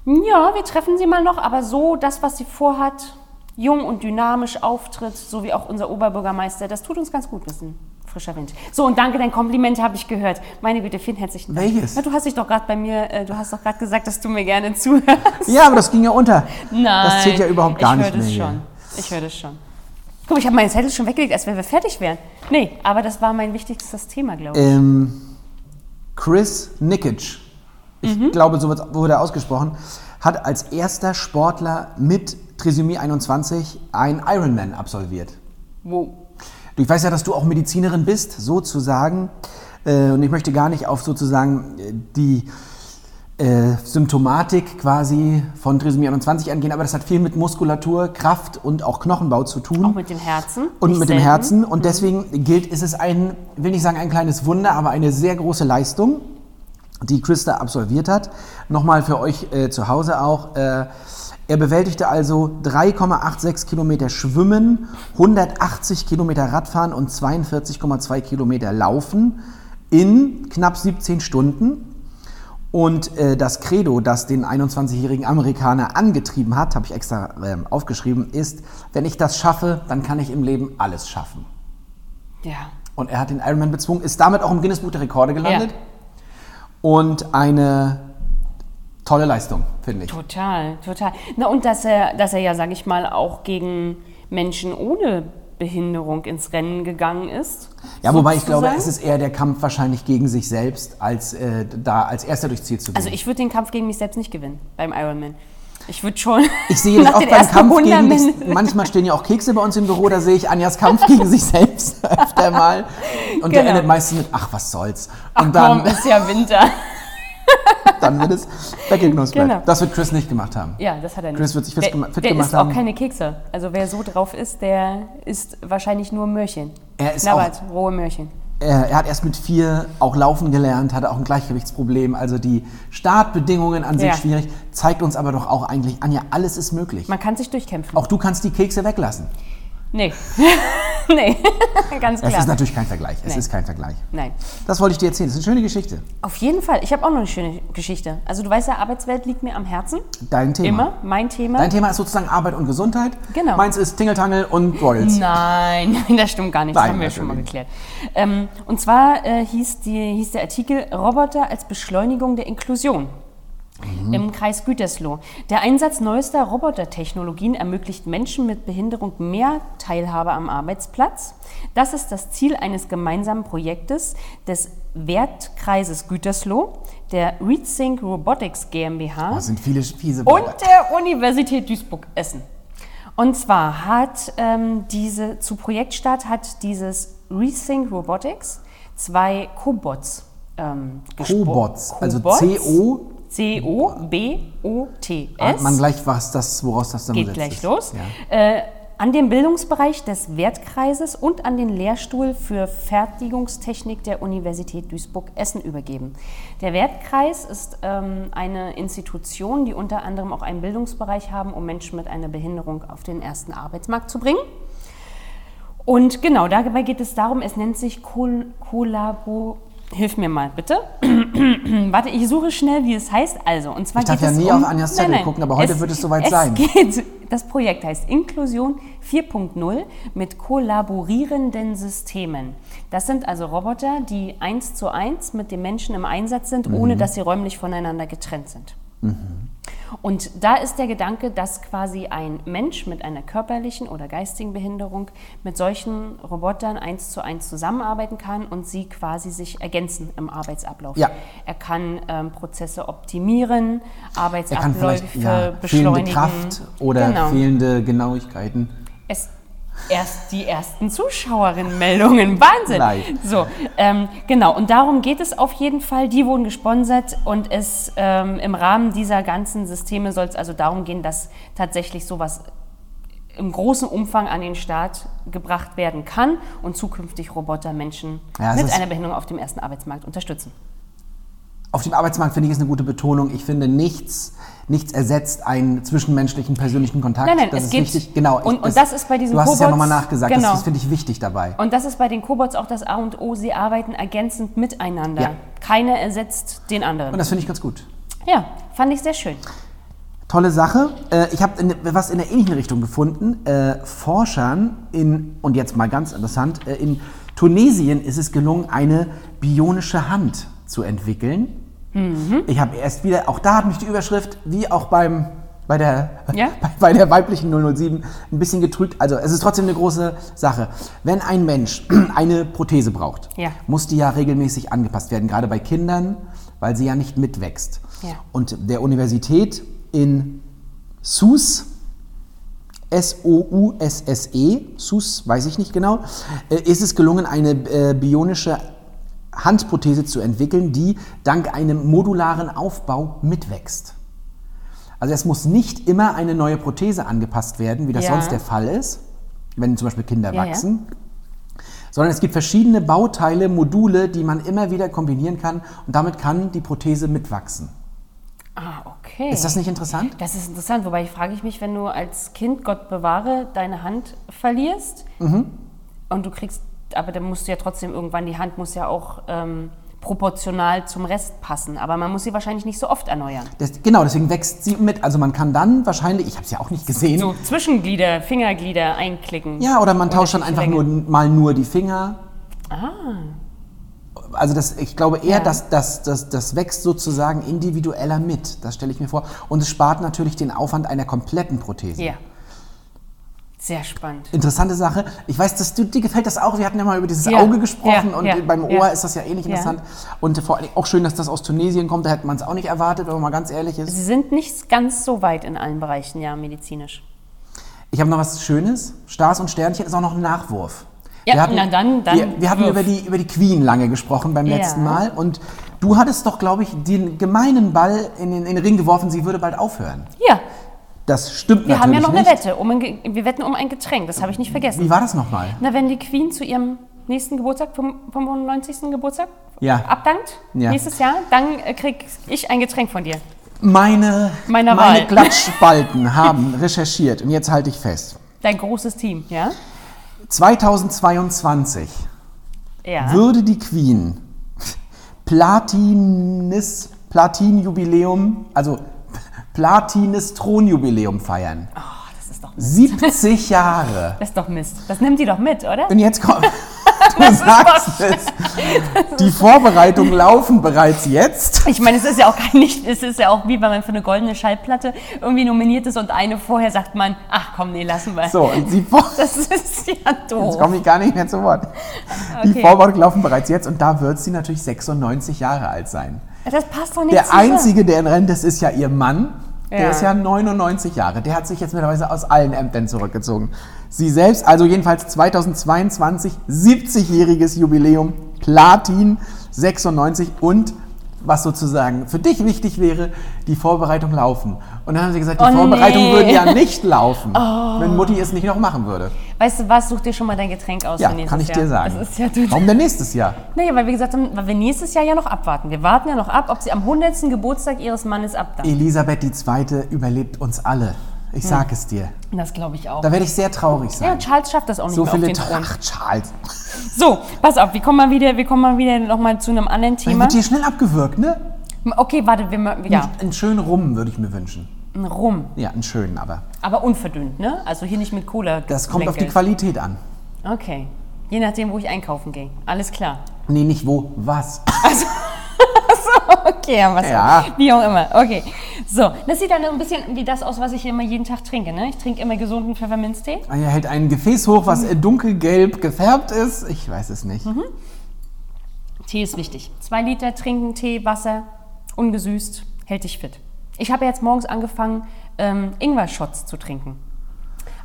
S3: Ja, wir treffen sie mal noch, aber so das, was sie vorhat, jung und dynamisch auftritt, so wie auch unser Oberbürgermeister, das tut uns ganz gut, bisschen frischer Wind. So, und danke, dein Kompliment habe ich gehört. Meine Güte, vielen herzlichen Dank.
S2: Welches?
S3: Na, du hast dich doch gerade bei mir, äh, du hast doch gerade gesagt, dass du mir gerne zuhörst.
S2: Ja, aber das ging ja unter.
S3: Nein.
S2: Das zählt ja überhaupt gar
S3: ich
S2: nicht
S3: höre
S2: mehr.
S3: das
S2: hier.
S3: schon. Ich höre das schon. Guck, ich habe meine Zettel schon weggelegt, als wenn wir fertig wären. Nee, aber das war mein wichtigstes Thema, glaube ich.
S2: Ähm, Chris Nikic, ich
S3: Mhm.
S2: glaube, so wird- wurde er ausgesprochen, hat als erster Sportler mit Trisomie 21 ein Ironman absolviert.
S3: Wo?
S2: Du, ich weiß ja, dass du auch Medizinerin bist, sozusagen. Äh, und ich möchte gar nicht auf sozusagen äh, die äh, Symptomatik quasi von Trisomie 21 eingehen, aber das hat viel mit Muskulatur, Kraft und auch Knochenbau zu tun.
S3: Auch mit dem Herzen.
S2: Und
S3: Nicht
S2: mit dem
S3: selten. Mhm.
S2: Herzen. Und deswegen gilt, ist es ein, will nicht sagen ein kleines Wunder, aber eine sehr große Leistung, die Christa absolviert hat. Nochmal für euch äh, zu Hause auch. Äh, er bewältigte also 3,86 Kilometer Schwimmen, 180 Kilometer Radfahren und 42,2 Kilometer Laufen in knapp 17 Stunden. Und äh, das Credo, das den 21-jährigen Amerikaner angetrieben hat, habe ich extra ähm, aufgeschrieben, ist, wenn ich das schaffe, dann kann ich im Leben alles schaffen.
S3: Ja.
S2: Und er hat den Ironman bezwungen, ist damit auch im Guinness Buch der Rekorde gelandet.
S3: Ja.
S2: Und eine tolle Leistung, finde ich.
S3: Total, total. Na und dass er, dass er ja, sage ich mal, auch gegen Menschen ohne Behinderung ins Rennen gegangen ist.
S2: Ja, wobei ich
S3: sozusagen.
S2: glaube, es ist eher der Kampf wahrscheinlich gegen sich selbst, als äh, da als erster durchs Ziel zu gehen.
S3: Also ich würde den Kampf gegen mich selbst nicht gewinnen beim Ironman. Ich würde schon.
S2: Ich sehe das
S3: nach
S2: auch
S3: den
S2: beim
S3: ersten
S2: Kampf gegen
S3: 100
S2: mich.
S3: Minuten-
S2: Manchmal stehen ja auch Kekse bei uns im Büro, da sehe ich Anjas Kampf gegen sich selbst öfter mal. Und der
S3: Genau.
S2: endet meistens mit, ach, was soll's.
S3: Ach
S2: Und dann,
S3: komm, ist ja Winter.
S2: dann wird es weggeknuspert.
S3: Genau.
S2: Das wird Chris nicht gemacht haben.
S3: Ja, das hat er nicht.
S2: Chris wird sich fit
S3: der,
S2: gema- fit
S3: der
S2: gemacht
S3: isst
S2: haben.
S3: auch keine Kekse. Also wer so drauf ist, der isst wahrscheinlich nur Möhrchen.
S2: Er ist
S3: Knabbert, rohe Möhrchen.
S2: Er, er hat erst mit vier auch laufen gelernt, hatte auch ein Gleichgewichtsproblem. Also die Startbedingungen an sich
S3: Ja.
S2: schwierig. Zeigt uns aber doch auch eigentlich, Anja, alles ist möglich.
S3: Man kann sich durchkämpfen.
S2: Auch du kannst die Kekse weglassen.
S3: Nee. nee, ganz
S2: Es ist
S3: klar.
S2: natürlich kein Vergleich. Es
S3: Nee.
S2: ist kein Vergleich.
S3: Nein.
S2: Das wollte ich dir erzählen. Das ist eine schöne Geschichte.
S3: Auf jeden Fall. Ich habe auch noch eine schöne Geschichte. Also du weißt ja, Arbeitswelt liegt mir am Herzen.
S2: Dein Thema.
S3: Immer. Mein Thema.
S2: Dein Thema ist sozusagen Arbeit und Gesundheit.
S3: Genau. Mhm.
S2: Meins ist Tingeltangel und Royals.
S3: Nein, nein, das stimmt gar nicht. Das
S2: Nein,
S3: haben wir schon mal
S2: natürlich.
S3: geklärt. Ähm, und zwar äh, hieß, die, hieß der Artikel Roboter als Beschleunigung der Inklusion. Im Kreis Gütersloh. Der Einsatz neuester Robotertechnologien ermöglicht Menschen mit Behinderung mehr Teilhabe am Arbeitsplatz. Das ist das Ziel eines gemeinsamen Projektes des Wertkreises Gütersloh, der ReadSync Robotics GmbH.
S2: Das sind viele fiese
S3: Und
S2: Bilder.
S3: der Universität Duisburg-Essen. Und zwar hat ähm, diese, zu Projektstart hat dieses Rethink Robotics zwei Cobots ähm, gespo-
S2: Cobots, also
S3: Cobots.
S2: CO.
S3: C-O-B-O-T-S.
S2: Ahnt man gleich, was das, woraus das dann
S3: Geht
S2: gesetzt
S3: gleich
S2: ist.
S3: los.
S2: Ja.
S3: Äh, an dem Bildungsbereich des Wertkreises und an den Lehrstuhl für Fertigungstechnik der Universität Duisburg-Essen übergeben. Der Wertkreis ist ähm, eine Institution, die unter anderem auch einen Bildungsbereich haben, um Menschen mit einer Behinderung auf den ersten Arbeitsmarkt zu bringen. Und genau, dabei geht es darum, es nennt sich Kol Kollabo. Hilf mir mal, bitte. Warte, ich suche schnell, wie es heißt. Also, und zwar
S2: Ich darf
S3: geht
S2: ja
S3: es
S2: nie
S3: um,
S2: auf Anjas Zettel gucken, aber heute wird es soweit sein.
S3: Geht, das Projekt heißt Inklusion 4.0 mit kollaborierenden Systemen. Das sind also Roboter, die eins zu eins mit dem Menschen im Einsatz sind, ohne
S2: Mhm.
S3: dass sie räumlich voneinander getrennt sind. Und da ist der Gedanke, dass quasi ein Mensch mit einer körperlichen oder geistigen Behinderung mit solchen Robotern eins zu eins zusammenarbeiten kann und sie quasi sich ergänzen im Arbeitsablauf.
S2: Ja.
S3: Er kann ähm, Prozesse
S2: Er
S3: optimieren,
S2: kann
S3: Arbeitsabläufe
S2: vielleicht ja, fehlende
S3: beschleunigen.
S2: Kraft oder
S3: genau.
S2: fehlende Genauigkeiten.
S3: Es, erst die ersten Zuschauerinnenmeldungen. Wahnsinn.
S2: Live.
S3: So, ähm, genau. Und darum geht es auf jeden Fall. Die wurden gesponsert und es ähm, im Rahmen dieser ganzen Systeme soll es also darum gehen, dass tatsächlich sowas im großen Umfang an den Start gebracht werden kann und zukünftig Roboter Menschen
S2: Ja, es
S3: mit
S2: ist-
S3: einer Behinderung auf dem ersten Arbeitsmarkt unterstützen.
S2: Auf dem Arbeitsmarkt finde ich ist eine gute Betonung. Ich finde nichts, nichts ersetzt einen zwischenmenschlichen persönlichen Kontakt.
S3: Nein, nein,
S2: das
S3: es
S2: ist
S3: gibt-
S2: wichtig. Genau. ich-
S3: und- und das ist bei diesen
S2: Du hast es ja
S3: Kobolds-
S2: nochmal nachgesagt.
S3: genau.
S2: Das, das finde ich wichtig dabei.
S3: Und das ist bei den Cobots auch das A und O. Sie arbeiten ergänzend miteinander.
S2: Ja.
S3: Keiner ersetzt den anderen.
S2: Und das finde ich ganz gut.
S3: Ja, fand ich sehr schön.
S2: Tolle Sache. Äh, ich habe in- was in der ähnlichen Richtung gefunden. Äh, Forschern in, und jetzt mal ganz interessant, äh, in Tunesien ist es gelungen, eine bionische Hand zu entwickeln.
S3: Mhm.
S2: Ich habe erst wieder, auch da hat mich die Überschrift, wie auch beim, bei, der,
S3: Ja?
S2: bei, bei der weiblichen 007, ein bisschen getrübt. Also es ist trotzdem eine große Sache. Wenn ein Mensch eine Prothese braucht,
S3: Ja.
S2: muss die ja regelmäßig angepasst werden, gerade bei Kindern, weil sie ja nicht mitwächst.
S3: Ja.
S2: Und der Universität in SUS, S-O-U-S-S-E, E, SUS, weiß ich nicht genau, äh, ist es gelungen, eine äh, bionische Handprothese zu entwickeln, die dank einem modularen Aufbau mitwächst. Also es muss nicht immer eine neue Prothese angepasst werden, wie das
S3: Ja.
S2: sonst der Fall ist, wenn zum Beispiel Kinder
S3: Ja, ja.
S2: wachsen, sondern es gibt verschiedene Bauteile, Module, die man immer wieder kombinieren kann und damit kann die Prothese mitwachsen.
S3: Ah, okay.
S2: Ist das nicht interessant?
S3: Das ist interessant, wobei frage ich mich, wenn du als Kind, Gott bewahre, deine Hand verlierst
S2: Mhm.
S3: und du kriegst, aber dann musst du ja trotzdem irgendwann, die Hand muss ja auch ähm, proportional zum Rest passen, aber man muss sie wahrscheinlich nicht so oft erneuern.
S2: Das, genau, deswegen wächst sie mit. Also man kann dann wahrscheinlich, ich habe es ja auch nicht gesehen,
S3: So Oh, Zwischenglieder, Fingerglieder einklicken.
S2: ja, oder man tauscht dann einfach nur,
S3: Unterschiedliche
S2: mal nur die Finger.
S3: Ah,
S2: Also das, ich glaube eher,
S3: Ja.
S2: dass das, das, das wächst sozusagen individueller mit. Das stelle ich mir vor. Und es spart natürlich den Aufwand einer kompletten Prothese.
S3: ja. Sehr spannend.
S2: Interessante Sache. Ich weiß, dass du, dir gefällt das auch. Wir hatten ja mal über dieses
S3: Ja,
S2: Auge gesprochen
S3: ja,
S2: und
S3: ja,
S2: beim Ohr
S3: ja.
S2: ist das ja ähnlich
S3: Ja.
S2: interessant. Und vor allem auch schön, dass das aus Tunesien kommt. Da hätte man es auch nicht erwartet, wenn man mal ganz ehrlich ist.
S3: Sie sind nicht ganz so weit in allen Bereichen, ja, medizinisch.
S2: Ich habe noch was Schönes. Stars und Sternchen ist auch noch ein Nachwurf.
S3: Ja, na dann- dann
S2: wir, wir hatten
S3: wirf.
S2: über die, über die Queen lange gesprochen beim
S3: Ja.
S2: letzten Mal. Und du hattest doch, glaube ich, den gemeinen Ball in den, in den Ring geworfen, sie würde bald aufhören.
S3: Ja,
S2: Das stimmt
S3: wir
S2: natürlich
S3: haben ja noch
S2: nicht.
S3: eine Wette. Um ein, Ge- wir wetten um ein Getränk, das habe ich nicht vergessen.
S2: Wie war das nochmal?
S3: Na, wenn die Queen zu ihrem nächsten Geburtstag, vom 95. Geburtstag,
S2: Ja.
S3: abdankt,
S2: Ja.
S3: nächstes Jahr, dann äh, krieg ich ein Getränk von dir.
S2: Meine,
S3: Meiner
S2: meine
S3: Wahl.
S2: Klatschspalten haben recherchiert. Und jetzt halte ich fest.
S3: Dein großes Team, ja?
S2: 2022
S3: Ja.
S2: würde die Queen Platinis, Platinjubiläum, also Platinis Thronjubiläum feiern.
S3: Oh, das ist doch Mist.
S2: 70 Jahre.
S3: Das ist doch Mist. Das nimmt die doch mit, oder?
S2: Und jetzt kommt. Du sagst es. Die Vorbereitungen laufen bereits jetzt.
S3: Ich meine, es ist ja auch gar nicht, es ist ja auch wie wenn man für eine goldene Schallplatte irgendwie nominiert ist und eine vorher sagt man, ach komm, nee, lassen wir.
S2: So, und die Vor
S3: Das ist ja doof.
S2: Jetzt komme ich gar nicht mehr zu Wort. Die
S3: Okay.
S2: Vorbereitungen laufen bereits jetzt und da wird sie natürlich 96 Jahre alt sein.
S3: Das passt doch nicht
S2: Der
S3: zusammen.
S2: Einzige, der in Rente ist, ist ja ihr Mann. Der
S3: Ja.
S2: ist ja 99 Jahre. Der hat sich jetzt mittlerweile aus allen Ämtern zurückgezogen. Sie selbst, also jedenfalls 2022, 70-jähriges Jubiläum, Platin 96 und was sozusagen für dich wichtig wäre, die Vorbereitung laufen. Und dann haben sie gesagt, die
S3: Oh, nee. Oh.
S2: Vorbereitung würde ja nicht laufen, wenn Mutti es nicht noch machen würde.
S3: Weißt du was, such dir schon mal dein Getränk aus
S2: Ja,
S3: für nächstes
S2: kann ich
S3: Jahr.
S2: dir sagen.
S3: Das ist ja total...
S2: Warum denn nächstes Jahr?
S3: Naja, weil wir gesagt haben, weil wir nächstes Jahr ja noch abwarten. Wir warten ja noch ab, ob sie am 100. Geburtstag ihres Mannes abdankt.
S2: Elisabeth II. überlebt uns alle. Ich
S3: Hm.
S2: sag es dir.
S3: Das glaube ich auch.
S2: Da werde ich sehr traurig
S3: Ja,
S2: sein.
S3: und Charles schafft das auch nicht
S2: so
S3: mehr auf
S2: viele
S3: den
S2: Tra-
S3: Thron.
S2: Ach, Charles.
S3: So, pass auf, wir kommen mal wieder, wir kommen mal wieder nochmal zu einem anderen
S2: Dann
S3: Thema.
S2: wird hier schnell abgewürgt, ne?
S3: Okay, warte, wir, mö- ja,
S2: Einen schönen Rum würde ich mir wünschen.
S3: ein Rum,
S2: Ja, einen schönen, aber
S3: aber unverdünnt, ne? Also hier nicht mit Cola.
S2: das kommt auf die
S3: geplänkelt.
S2: Qualität an.
S3: Okay, je nachdem, wo ich einkaufen gehe. Alles klar.
S2: Nee, nicht wo, was.
S3: Okay, haben wir's.
S2: Ja.
S3: Wie auch immer. Okay. So, das sieht dann ein bisschen wie das aus, was ich immer jeden Tag trinke, ne? Ich trinke immer gesunden Pfefferminztee.
S2: Ah, Er hält ein Gefäß hoch, was
S3: Mhm.
S2: äh, dunkelgelb gefärbt ist. Ich weiß es nicht.
S3: Tee ist wichtig. Zwei Liter trinken, Tee, Wasser, ungesüßt, hält dich fit. Ich habe jetzt morgens angefangen, ähm, Ingwer-Shots zu trinken.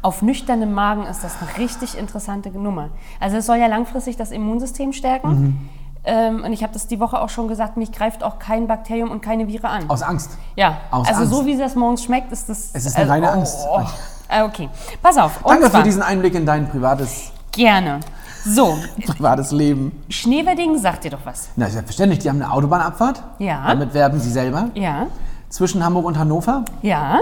S3: Auf nüchternem Magen ist das eine richtig interessante Nummer. Also es soll ja langfristig das Immunsystem stärken.
S2: Mhm.
S3: Ähm, und ich habe das die Woche auch schon gesagt, mich greift auch kein Bakterium und keine Viren an.
S2: Aus Angst.
S3: ja,
S2: aus
S3: also so
S2: Angst.
S3: wie das morgens schmeckt, ist das...
S2: Es ist eine reine Angst.
S3: Oh, oh. Ah, Okay, pass auf. Und
S2: Danke
S3: zwar,
S2: für diesen Einblick in dein privates,
S3: Gerne. So,
S2: privates Leben.
S3: Schneewerding sagt dir doch was.
S2: Na, selbstverständlich, die haben eine Autobahnabfahrt.
S3: Ja.
S2: Damit werben sie selber.
S3: Ja,
S2: Zwischen Hamburg und Hannover.
S3: ja.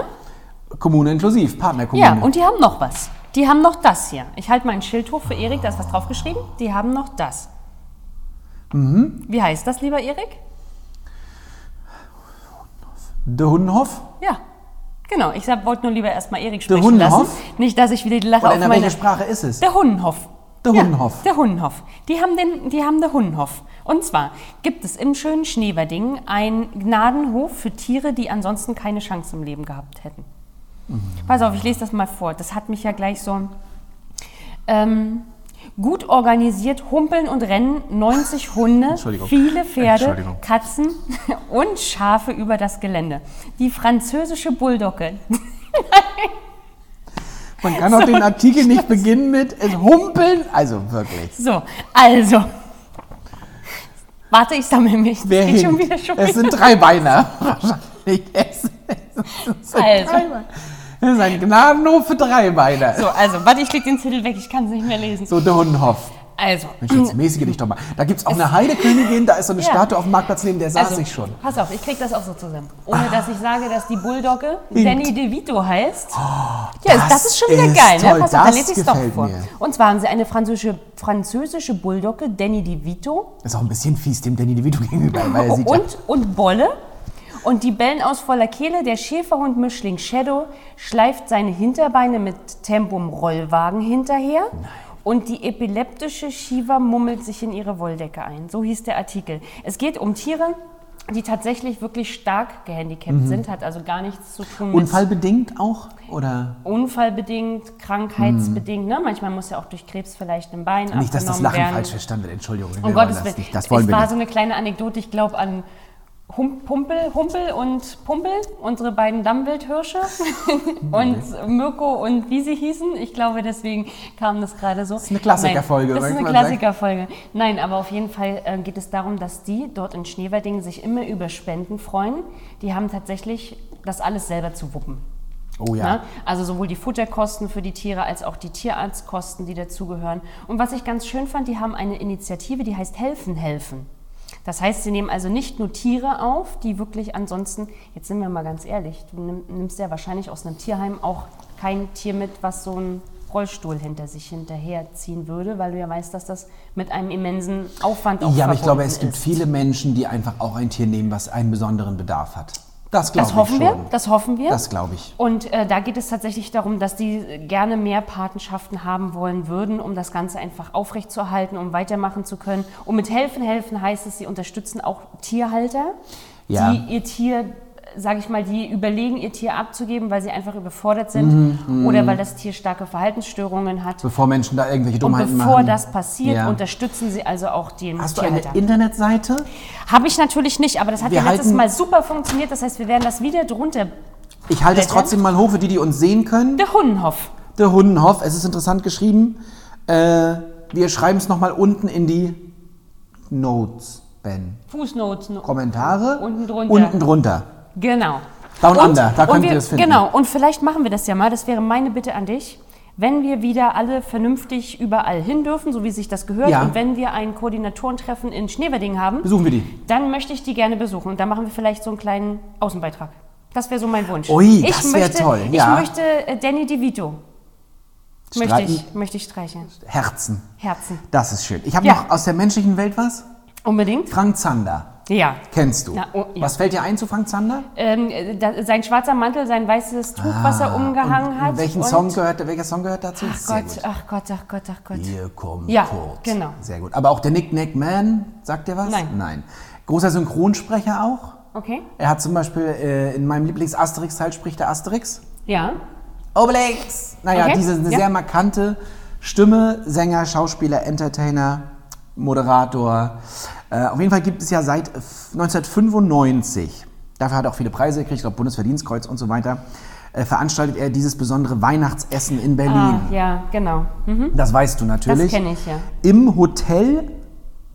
S2: Kommune inklusiv, Partnerkommune.
S3: Ja, und die haben noch was. Die haben noch das hier. Ich halte mal ein Schild hoch für Erik, da ist was draufgeschrieben. Die haben noch das. Mhm. Wie heißt das, lieber Erik?
S2: De Hundenhof.
S3: Ja, genau. Ich sag- wollte nur lieber erstmal Erik
S2: Der
S3: sprechen lassen.
S2: Hundenhof?
S3: Nicht, dass ich wieder die Lache
S2: Oder
S3: auf
S2: in der
S3: meine...
S2: welcher Sprache ist es?
S3: Der Hundenhof.
S2: Der Hundenhof.
S3: Ja, der Hundenhof. Die haben den, die haben der Hundenhof. Und zwar gibt es im schönen Schneewerding einen Gnadenhof für Tiere, die ansonsten keine Chance im Leben gehabt hätten.
S2: Mhm.
S3: Pass auf, ich lese das mal vor. Das hat mich ja gleich so. Ähm, gut organisiert humpeln und rennen 90 Hunde,
S2: Entschuldigung.
S3: viele Pferde,
S2: Entschuldigung.
S3: Katzen und Schafe über das Gelände. Die französische Bulldogge,
S2: Man kann auch den Artikel nicht beginnen mit es humpeln. Also wirklich.
S3: So, also. Warte, ich sammle mich. Das
S2: Wer
S3: geht schon
S2: hinkt?
S3: wieder schon
S2: Es
S3: wieder.
S2: sind drei Beine. Wahrscheinlich. Es, es sind
S3: Also.
S2: drei Beine. Es ist ein Gnadenhof für drei Beine.
S3: So, also, warte, ich leg den Titel weg, ich kann es nicht mehr lesen.
S2: So, der Hundenhof.
S3: Also.
S2: Mensch, jetzt mäßige dich doch mal. Da gibt es auch eine Heidekönigin, da ist so eine
S3: Ja.
S2: Statue auf dem Marktplatz neben, der saß
S3: also,
S2: ich schon.
S3: Pass auf, ich krieg das auch so zusammen. Ohne dass ich sage, dass die Bulldogge
S2: Hinkt. Oh,
S3: Danny DeVito heißt. ja, das,
S2: das
S3: ist schon wieder
S2: ist
S3: geil,
S2: toll,
S3: ne? Pass auf, dann
S2: das
S3: lese ich es doch
S2: gefällt
S3: vor.
S2: mir.
S3: Und zwar haben sie eine französische, französische Bulldogge, Danny DeVito,
S2: Ist auch ein bisschen fies dem Danny DeVito gegenüber, weil er sieht ja,
S3: und, und Bolle. Und die bellen aus voller Kehle. Der Schäferhund Mischling Shadow schleift seine Hinterbeine mit Tempum Rollwagen hinterher. Und die epileptische Shiva mummelt sich in ihre Wolldecke ein. So hieß der Artikel. Es geht um Tiere, die tatsächlich wirklich stark gehandicapt
S2: Mhm.
S3: sind, hat also gar nichts zu tun mit
S2: unfallbedingt auch, oder?
S3: unfallbedingt, krankheitsbedingt. Ne? Manchmal muss ja auch durch Krebs vielleicht ein Bein
S2: Nicht, dass das
S3: abgenommen
S2: Lachen
S3: werden.
S2: falsch verstanden wird, Entschuldigung. wir
S3: Um
S2: wollen
S3: Gottes
S2: das
S3: Willen.
S2: nicht, Das wollen
S3: es
S2: wir
S3: war
S2: nicht.
S3: so eine kleine Anekdote, ich glaube an Hum Pumpel, Humpel und Pumpel, unsere beiden Dammwildhirsche und Mirko und wie sie hießen. Ich glaube, deswegen kam das gerade so. Das ist
S2: eine Klassikerfolge,
S3: Das ist
S2: oder? Kann
S3: eine
S2: man sagen.
S3: Klassikerfolge. Nein, aber auf jeden Fall äh, geht es darum, dass die dort in Schneewerding sich immer über Spenden freuen. Die haben tatsächlich das alles selber zu wuppen.
S2: oh ja.
S3: Ne? Also sowohl die Futterkosten für die Tiere als auch die Tierarztkosten, die dazugehören. Und was ich ganz schön fand, die haben eine Initiative, die heißt Helfen, helfen. Das heißt, sie nehmen also nicht nur Tiere auf, die wirklich ansonsten, jetzt sind wir mal ganz ehrlich, du nimm- nimmst ja wahrscheinlich aus einem Tierheim auch kein Tier mit, was so einen Rollstuhl hinter sich hinterherziehen würde, weil du ja weißt, dass das mit einem immensen Aufwand auch
S2: Ja, aber ich glaube,
S3: verbunden
S2: es gibt
S3: ist.
S2: viele Menschen, die einfach auch ein Tier nehmen, was einen besonderen Bedarf hat. Das glaube
S3: Das
S2: ich
S3: hoffen
S2: schon.
S3: wir, das hoffen wir.
S2: Das glaube ich.
S3: Und äh, da geht es tatsächlich darum, dass die gerne mehr Patenschaften haben wollen würden, um das Ganze einfach aufrechtzuerhalten, um weitermachen zu können. Und mit helfen, helfen heißt es, sie unterstützen auch Tierhalter,
S2: Ja.
S3: die ihr Tier, sage ich mal, die überlegen, ihr Tier abzugeben, weil sie einfach überfordert sind
S2: Mhm.
S3: oder weil das Tier starke Verhaltensstörungen hat.
S2: Bevor Menschen da irgendwelche
S3: Und
S2: Dummheiten
S3: bevor
S2: um halt machen.
S3: das passiert,
S2: Ja.
S3: unterstützen sie also auch den
S2: Hast du eine
S3: Tierhalter.
S2: Internetseite?
S3: Habe ich natürlich nicht, aber das hat
S2: Wir
S3: ja letztes
S2: halten-
S3: Mal super funktioniert. Das heißt, wir werden das wieder drunter.
S2: Ich halte es
S3: Blättern?
S2: trotzdem mal hoch für die, die uns sehen können.
S3: Der Hundenhof.
S2: Der Hundenhof, es ist interessant geschrieben. Äh, wir schreiben es nochmal unten in die Notes. Ben.
S3: Fußnoten.
S2: Kommentare
S3: Unten drunter.
S2: Unten drunter.
S3: Genau.
S2: Down Under, da könnt
S3: wir,
S2: ihr es finden.
S3: Genau, und vielleicht machen wir das ja mal. Das wäre meine Bitte an dich. Wenn wir wieder alle vernünftig überall hin dürfen, so wie sich das gehört,
S2: Ja.
S3: und wenn wir ein Koordinatorentreffen in Schneewerding haben,
S2: Besuchen wir die.
S3: dann möchte ich die gerne besuchen. Und da machen wir vielleicht so einen kleinen Außenbeitrag. Das wäre so mein Wunsch.
S2: Ui,
S3: Ich
S2: das wär
S3: möchte-
S2: toll, ja.
S3: Ich möchte äh, Danny DeVito. Möchte
S2: Streiten.
S3: ich, möchte ich streicheln.
S2: Herzen.
S3: Herzen.
S2: Das ist schön. Ich habe
S3: Ja.
S2: noch aus der menschlichen Welt was.
S3: Unbedingt?
S2: Frank Zander.
S3: Ja.
S2: Kennst du.
S3: Na, oh, ja.
S2: Was fällt dir ein zu Frank Zander?
S3: Ähm, äh, da, sein schwarzer Mantel, sein weißes Tuch, was er umgehangen hat.
S2: Ah, Welchen
S3: und-
S2: Song gehört, welcher Song gehört dazu?
S3: Ach
S2: Sehr
S3: Gott,
S2: gut.
S3: ach Gott, ach Gott, ach Gott.
S2: Hier kommt
S3: Ja,
S2: Kurt.
S3: genau.
S2: Sehr gut. Aber auch der Nick Nack Man, sagt dir was?
S3: Nein.
S2: Nein. Großer Synchronsprecher auch.
S3: Okay.
S2: Er hat zum Beispiel äh, in meinem Lieblings-Asterix-Teil spricht er Asterix.
S3: Ja.
S2: Obelix! Naja,
S3: Okay,
S2: diese eine
S3: ja.
S2: sehr markante Stimme, Sänger, Schauspieler, Entertainer, Moderator. Äh, auf jeden Fall gibt es ja seit f- 1995, dafür hat er auch viele Preise gekriegt, ich glaube Bundesverdienstkreuz und so weiter, äh, veranstaltet er dieses besondere Weihnachtsessen in Berlin.
S3: Ah, ja, genau. Mhm.
S2: Das weißt du natürlich.
S3: Das kenne ich, ja.
S2: Im Hotel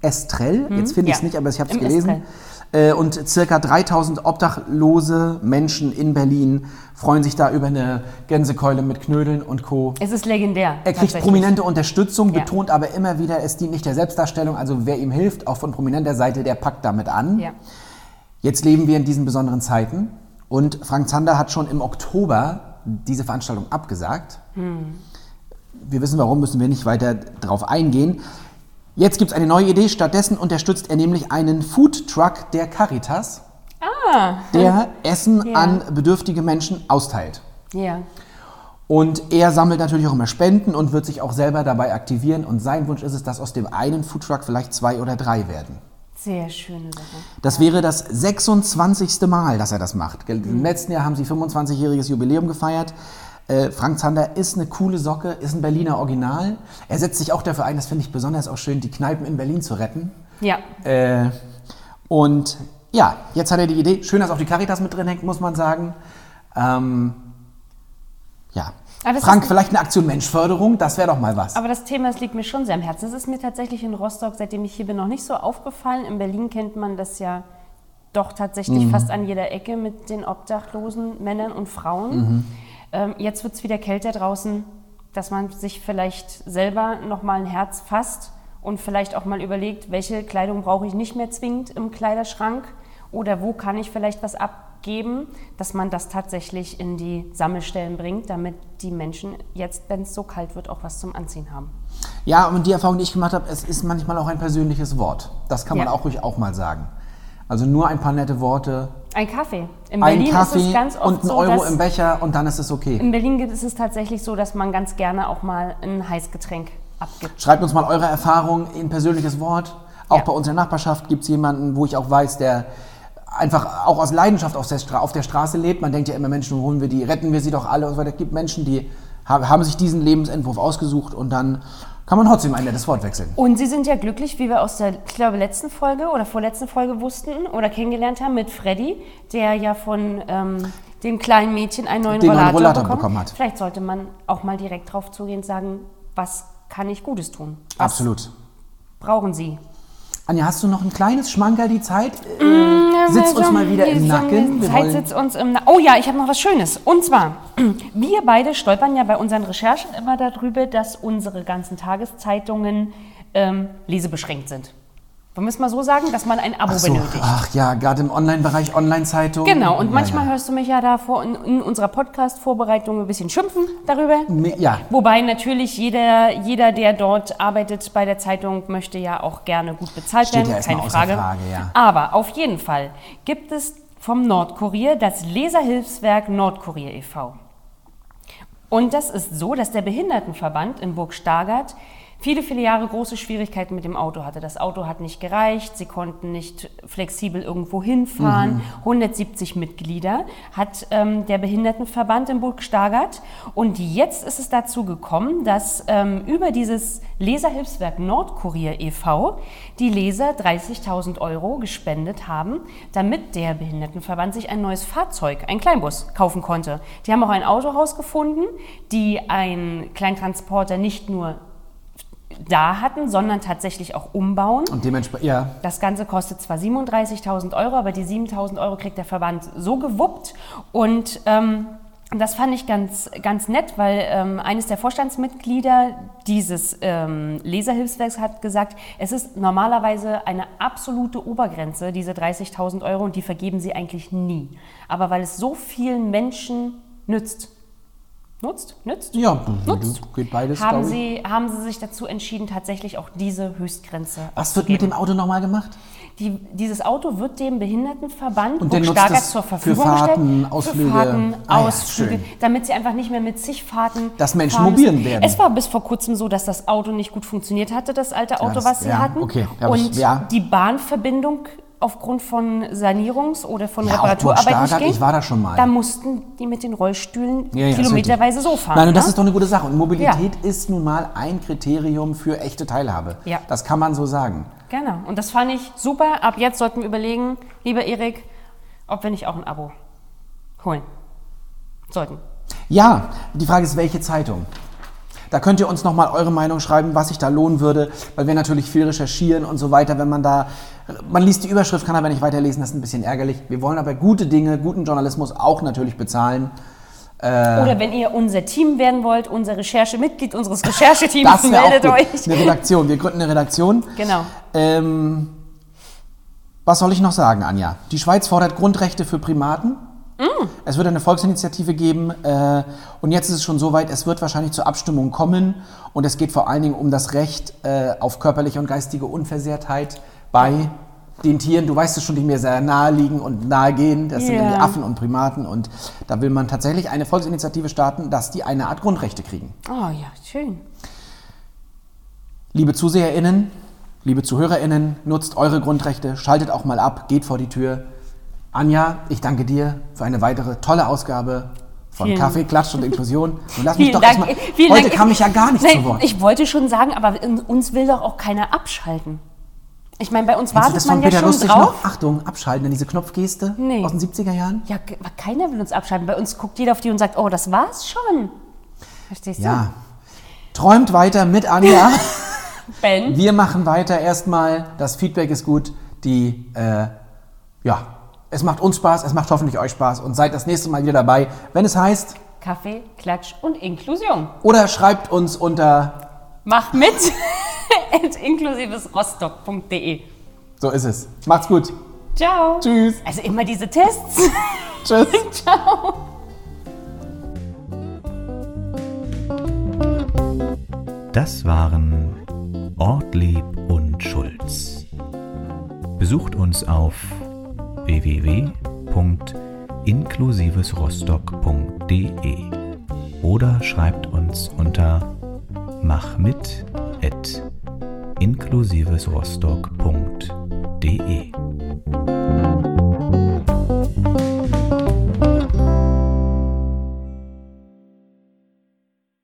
S2: Estrell, jetzt finde ich es
S3: Mhm. ja.
S2: nicht, aber ich habe es
S3: Im
S2: gelesen. Äh, Und circa 3000 obdachlose Menschen in Berlin freuen sich da über eine Gänsekeule mit Knödeln und Co.
S3: Es ist legendär.
S2: Er kriegt
S3: tatsächlich.
S2: prominente Unterstützung,
S3: Ja.
S2: betont aber immer wieder, es dient nicht der Selbstdarstellung. Also wer ihm hilft, auch von prominenter Seite, der packt damit an.
S3: Ja.
S2: Jetzt leben wir in diesen besonderen Zeiten und Frank Zander hat schon im Oktober diese Veranstaltung abgesagt.
S3: Hm.
S2: Wir wissen warum, müssen wir nicht weiter drauf eingehen. Jetzt gibt es eine neue Idee. Stattdessen unterstützt er nämlich einen Foodtruck der Caritas,
S3: Ah,
S2: der Essen
S3: Ja.
S2: an bedürftige Menschen austeilt.
S3: ja.
S2: Und er sammelt natürlich auch immer Spenden und wird sich auch selber dabei aktivieren. Und sein Wunsch ist es, dass aus dem einen Foodtruck vielleicht zwei oder drei werden.
S3: Sehr schöne Sache.
S2: Das wäre das 26. Mal, dass er das macht. Gell,
S3: Mhm.
S2: Im letzten Jahr haben sie 25-jähriges Jubiläum gefeiert. Äh, Frank Zander ist eine coole Socke, ist ein Berliner Original. Er setzt sich auch dafür ein, das finde ich besonders auch schön, die Kneipen in Berlin zu retten.
S3: Ja.
S2: Äh, und ja, jetzt hat er die Idee. Schön, dass auch die Caritas mit drin hängt, muss man sagen. Ähm, ja.
S3: Aber das
S2: Frank,
S3: ist-
S2: vielleicht eine Aktion Menschförderung, das wäre doch mal was.
S3: Aber das Thema, das liegt mir schon sehr am Herzen. Es ist mir tatsächlich in Rostock, seitdem ich hier bin, noch nicht so aufgefallen. In Berlin kennt man das ja doch tatsächlich fast an jeder Ecke mit den obdachlosen Männern und Frauen. Ähm, jetzt wird es wieder kälter draußen, dass man sich vielleicht selber nochmal ein Herz fasst und vielleicht auch mal überlegt, welche Kleidung brauche ich nicht mehr zwingend im Kleiderschrank oder wo kann ich vielleicht was abgeben, dass man das tatsächlich in die Sammelstellen bringt, damit die Menschen jetzt, wenn es so kalt wird, auch was zum Anziehen haben.
S2: Ja, und die Erfahrung, die ich gemacht habe, es ist manchmal auch ein persönliches Wort. Das kann man
S3: Ja.
S2: auch ruhig auch mal sagen. Also nur ein paar nette Worte,
S3: Ein Kaffee. In
S2: ein
S3: Berlin ist
S2: Kaffee
S3: es ganz oft
S2: und ein
S3: so,
S2: Euro
S3: dass
S2: im Becher und dann ist es okay.
S3: in Berlin gibt- ist es tatsächlich so, dass man ganz gerne auch mal ein Heißgetränk abgibt.
S2: Schreibt uns mal eure Erfahrung in persönliches Wort. Auch
S3: Ja.
S2: bei uns in der Nachbarschaft gibt es jemanden, wo ich auch weiß, der einfach auch aus Leidenschaft auf der, Stra auf der Straße lebt. Man denkt ja immer, Menschen, holen wir die, retten wir sie doch alle und so weiter. Es gibt Menschen, die ha- haben sich diesen Lebensentwurf ausgesucht und dann kann man trotzdem ein nettes Wort wechseln.
S3: Und Sie sind ja glücklich, wie wir aus der, ich glaube, letzten Folge oder vorletzten Folge wussten oder kennengelernt haben mit Freddy, der ja von ähm, dem kleinen Mädchen einen neuen
S2: Den neuen
S3: Rollator,
S2: Rollator
S3: bekommen.
S2: bekommen hat.
S3: Vielleicht sollte man auch mal direkt drauf zugehen und sagen, was kann ich Gutes tun? Was
S2: Absolut.
S3: brauchen Sie?
S2: Anja, hast du noch ein kleines Schmankerl die Zeit? Äh,
S3: Mm,
S2: sitzt uns mal wieder im Nacken. Wir
S3: Zeit
S2: wollen
S3: sitzt uns im Na oh ja, ich habe noch was Schönes. Und zwar, wir beide stolpern ja bei unseren Recherchen immer darüber, dass unsere ganzen Tageszeitungen ähm, lesebeschränkt sind. Wollen wir es mal so sagen, dass man ein Abo
S2: Ach so,
S3: benötigt.
S2: Ach ja, gerade im Online-Bereich, Online-Zeitung.
S3: Genau, und manchmal
S2: Oh, Ja,
S3: hörst du mich ja da vor, in, in unserer Podcast-Vorbereitung ein bisschen schimpfen darüber.
S2: Mi- ja.
S3: Wobei natürlich jeder, jeder, der dort arbeitet bei der Zeitung, möchte ja auch gerne gut bezahlt
S2: Steht
S3: werden,
S2: ja erstmal
S3: keine
S2: außer
S3: Frage.
S2: Frage, ja.
S3: Aber auf jeden Fall gibt es vom Nordkurier das Leserhilfswerk Nordkurier e.V. Und das ist so, dass der Behindertenverband in Burg Stargard viele, viele Jahre große Schwierigkeiten mit dem Auto hatte. Das Auto hat nicht gereicht, sie konnten nicht flexibel irgendwo hinfahren.
S2: Mhm.
S3: 170 Mitglieder hat ähm, der Behindertenverband in Burg Stargard. Und jetzt ist es dazu gekommen, dass ähm, über dieses Leserhilfswerk Nordkurier e.V. die Leser 30.000 Euro gespendet haben, damit der Behindertenverband sich ein neues Fahrzeug, ein Kleinbus, kaufen konnte. Die haben auch ein Autohaus gefunden, die einen Kleintransporter nicht nur da hatten, sondern tatsächlich auch umbauen.
S2: Und dementsprechend, ja.
S3: Das Ganze kostet zwar 37.000 Euro, aber die 7.000 Euro kriegt der Verband so gewuppt. Und ähm, das fand ich ganz, ganz nett, weil ähm, eines der Vorstandsmitglieder dieses ähm, Leserhilfswerks hat gesagt, es ist normalerweise eine absolute Obergrenze, diese 30.000 Euro, und die vergeben sie eigentlich nie. Aber weil es so vielen Menschen nützt, nutzt, nützt,
S2: Ja,
S3: nutzt,
S2: geht beides,
S3: haben,
S2: glaub ich.
S3: sie, haben sie sich dazu entschieden, tatsächlich auch diese Höchstgrenze
S2: Was wird mit dem Auto nochmal gemacht?
S3: die, dieses Auto wird dem Behindertenverband
S2: Und der nutzt
S3: Burgstager
S2: es
S3: zur
S2: für
S3: Verfügung
S2: Fahrten,
S3: gestellt.
S2: Ausflüge.
S3: Für Fahrten,
S2: Ah ja,
S3: Ausflüge,
S2: schön.
S3: damit sie einfach nicht mehr mit sich Fahrten.
S2: Dass Menschen
S3: fahren müssen.
S2: mobil werden.
S3: Es war bis vor kurzem so, dass das Auto nicht gut funktioniert hatte, das alte Auto,
S2: das-
S3: was sie
S2: ja,
S3: hatten.
S2: okay, hab ich-
S3: Und
S2: ja.
S3: die Bahnverbindung aufgrund von Sanierungs- oder von
S2: Ja, auch
S3: Reparaturarbeiten nicht
S2: Burgstager,
S3: ging.
S2: ich war da schon mal.
S3: Da mussten die mit den Rollstühlen
S2: Ja, ja, ist
S3: kilometerweise so
S2: richtig.
S3: fahren.
S2: Nein, und das
S3: ne?
S2: ist doch eine gute Sache. Und Mobilität ist nun mal ein Kriterium für echte Teilhabe.
S3: Ja.
S2: Das kann man so sagen.
S3: Genau, und das fand ich super. Ab jetzt sollten wir überlegen, lieber Erik, ob wir nicht auch ein Abo holen. Sollten.
S2: Ja, die Frage ist, welche Zeitung? Da könnt ihr uns nochmal eure Meinung schreiben, was sich da lohnen würde, weil wir natürlich viel recherchieren und so weiter. Wenn man da, man liest die Überschrift, kann aber nicht weiterlesen, das ist ein bisschen ärgerlich. Wir wollen aber gute Dinge, guten Journalismus auch natürlich bezahlen. Äh.
S3: Oder wenn ihr unser Team werden wollt, unser Recherche Mitglied unseres Rechercheteams,
S2: Das wäre auch
S3: meldet
S2: gut.
S3: euch.
S2: Eine Redaktion, wir gründen eine Redaktion.
S3: Genau.
S2: Ähm, was soll ich noch sagen, Anja? Die Schweiz fordert Grundrechte für Primaten. Es wird eine Volksinitiative geben äh, und jetzt ist es schon soweit, es wird wahrscheinlich zur Abstimmung kommen und es geht vor allen Dingen um das Recht äh, auf körperliche und geistige Unversehrtheit bei den Tieren. Du weißt es schon, die mir sehr nahe liegen und nahe gehen, das sind
S3: Ja.
S2: nämlich Affen und Primaten und da will man tatsächlich eine Volksinitiative starten, dass die eine Art Grundrechte kriegen.
S3: Oh ja, schön.
S2: Liebe ZuseherInnen, liebe ZuhörerInnen, nutzt eure Grundrechte, schaltet auch mal ab, geht vor die Tür. Anja, ich danke dir für eine weitere tolle Ausgabe von
S3: Vielen-
S2: Kaffee, Klatsch und Inklusion. Und lass mich
S3: Vielen
S2: doch
S3: Dank.
S2: erstmal.
S3: Vielen
S2: Heute
S3: Dank.
S2: kam ich ja gar nicht
S3: Nein,
S2: zu Wort.
S3: Ich wollte schon sagen, aber in- uns will doch auch keiner abschalten. Ich meine, bei uns
S2: Kennst du
S3: wartet man ja schon
S2: Lustig
S3: drauf.
S2: noch? Achtung, abschalten, denn diese Knopfgeste
S3: Nee.
S2: aus den 70er Jahren.
S3: Ja, ge- aber keiner will uns abschalten. Bei uns guckt jeder auf die und sagt, oh, das war's schon. Verstehst
S2: Ja. Träumt weiter mit Anja.
S3: du? Ben?
S2: Wir machen weiter erstmal. Das Feedback ist gut. Die, äh, ja, es macht uns Spaß, es macht hoffentlich euch Spaß und seid das nächste Mal wieder dabei, wenn es heißt.
S3: Kaffee, Klatsch und Inklusion.
S2: Oder schreibt uns unter,
S3: Mach mit at inklusivesrostock.de.
S2: so ist es. Macht's gut.
S3: Ciao.
S2: Tschüss.
S3: Also immer diese Tests.
S2: Tschüss.
S3: Ciao.
S1: Das waren Ortlieb und Schulz. Besucht uns auf www.inklusivesrostock.de E oder schreibt uns unter machmit@inklusivesrostock.de.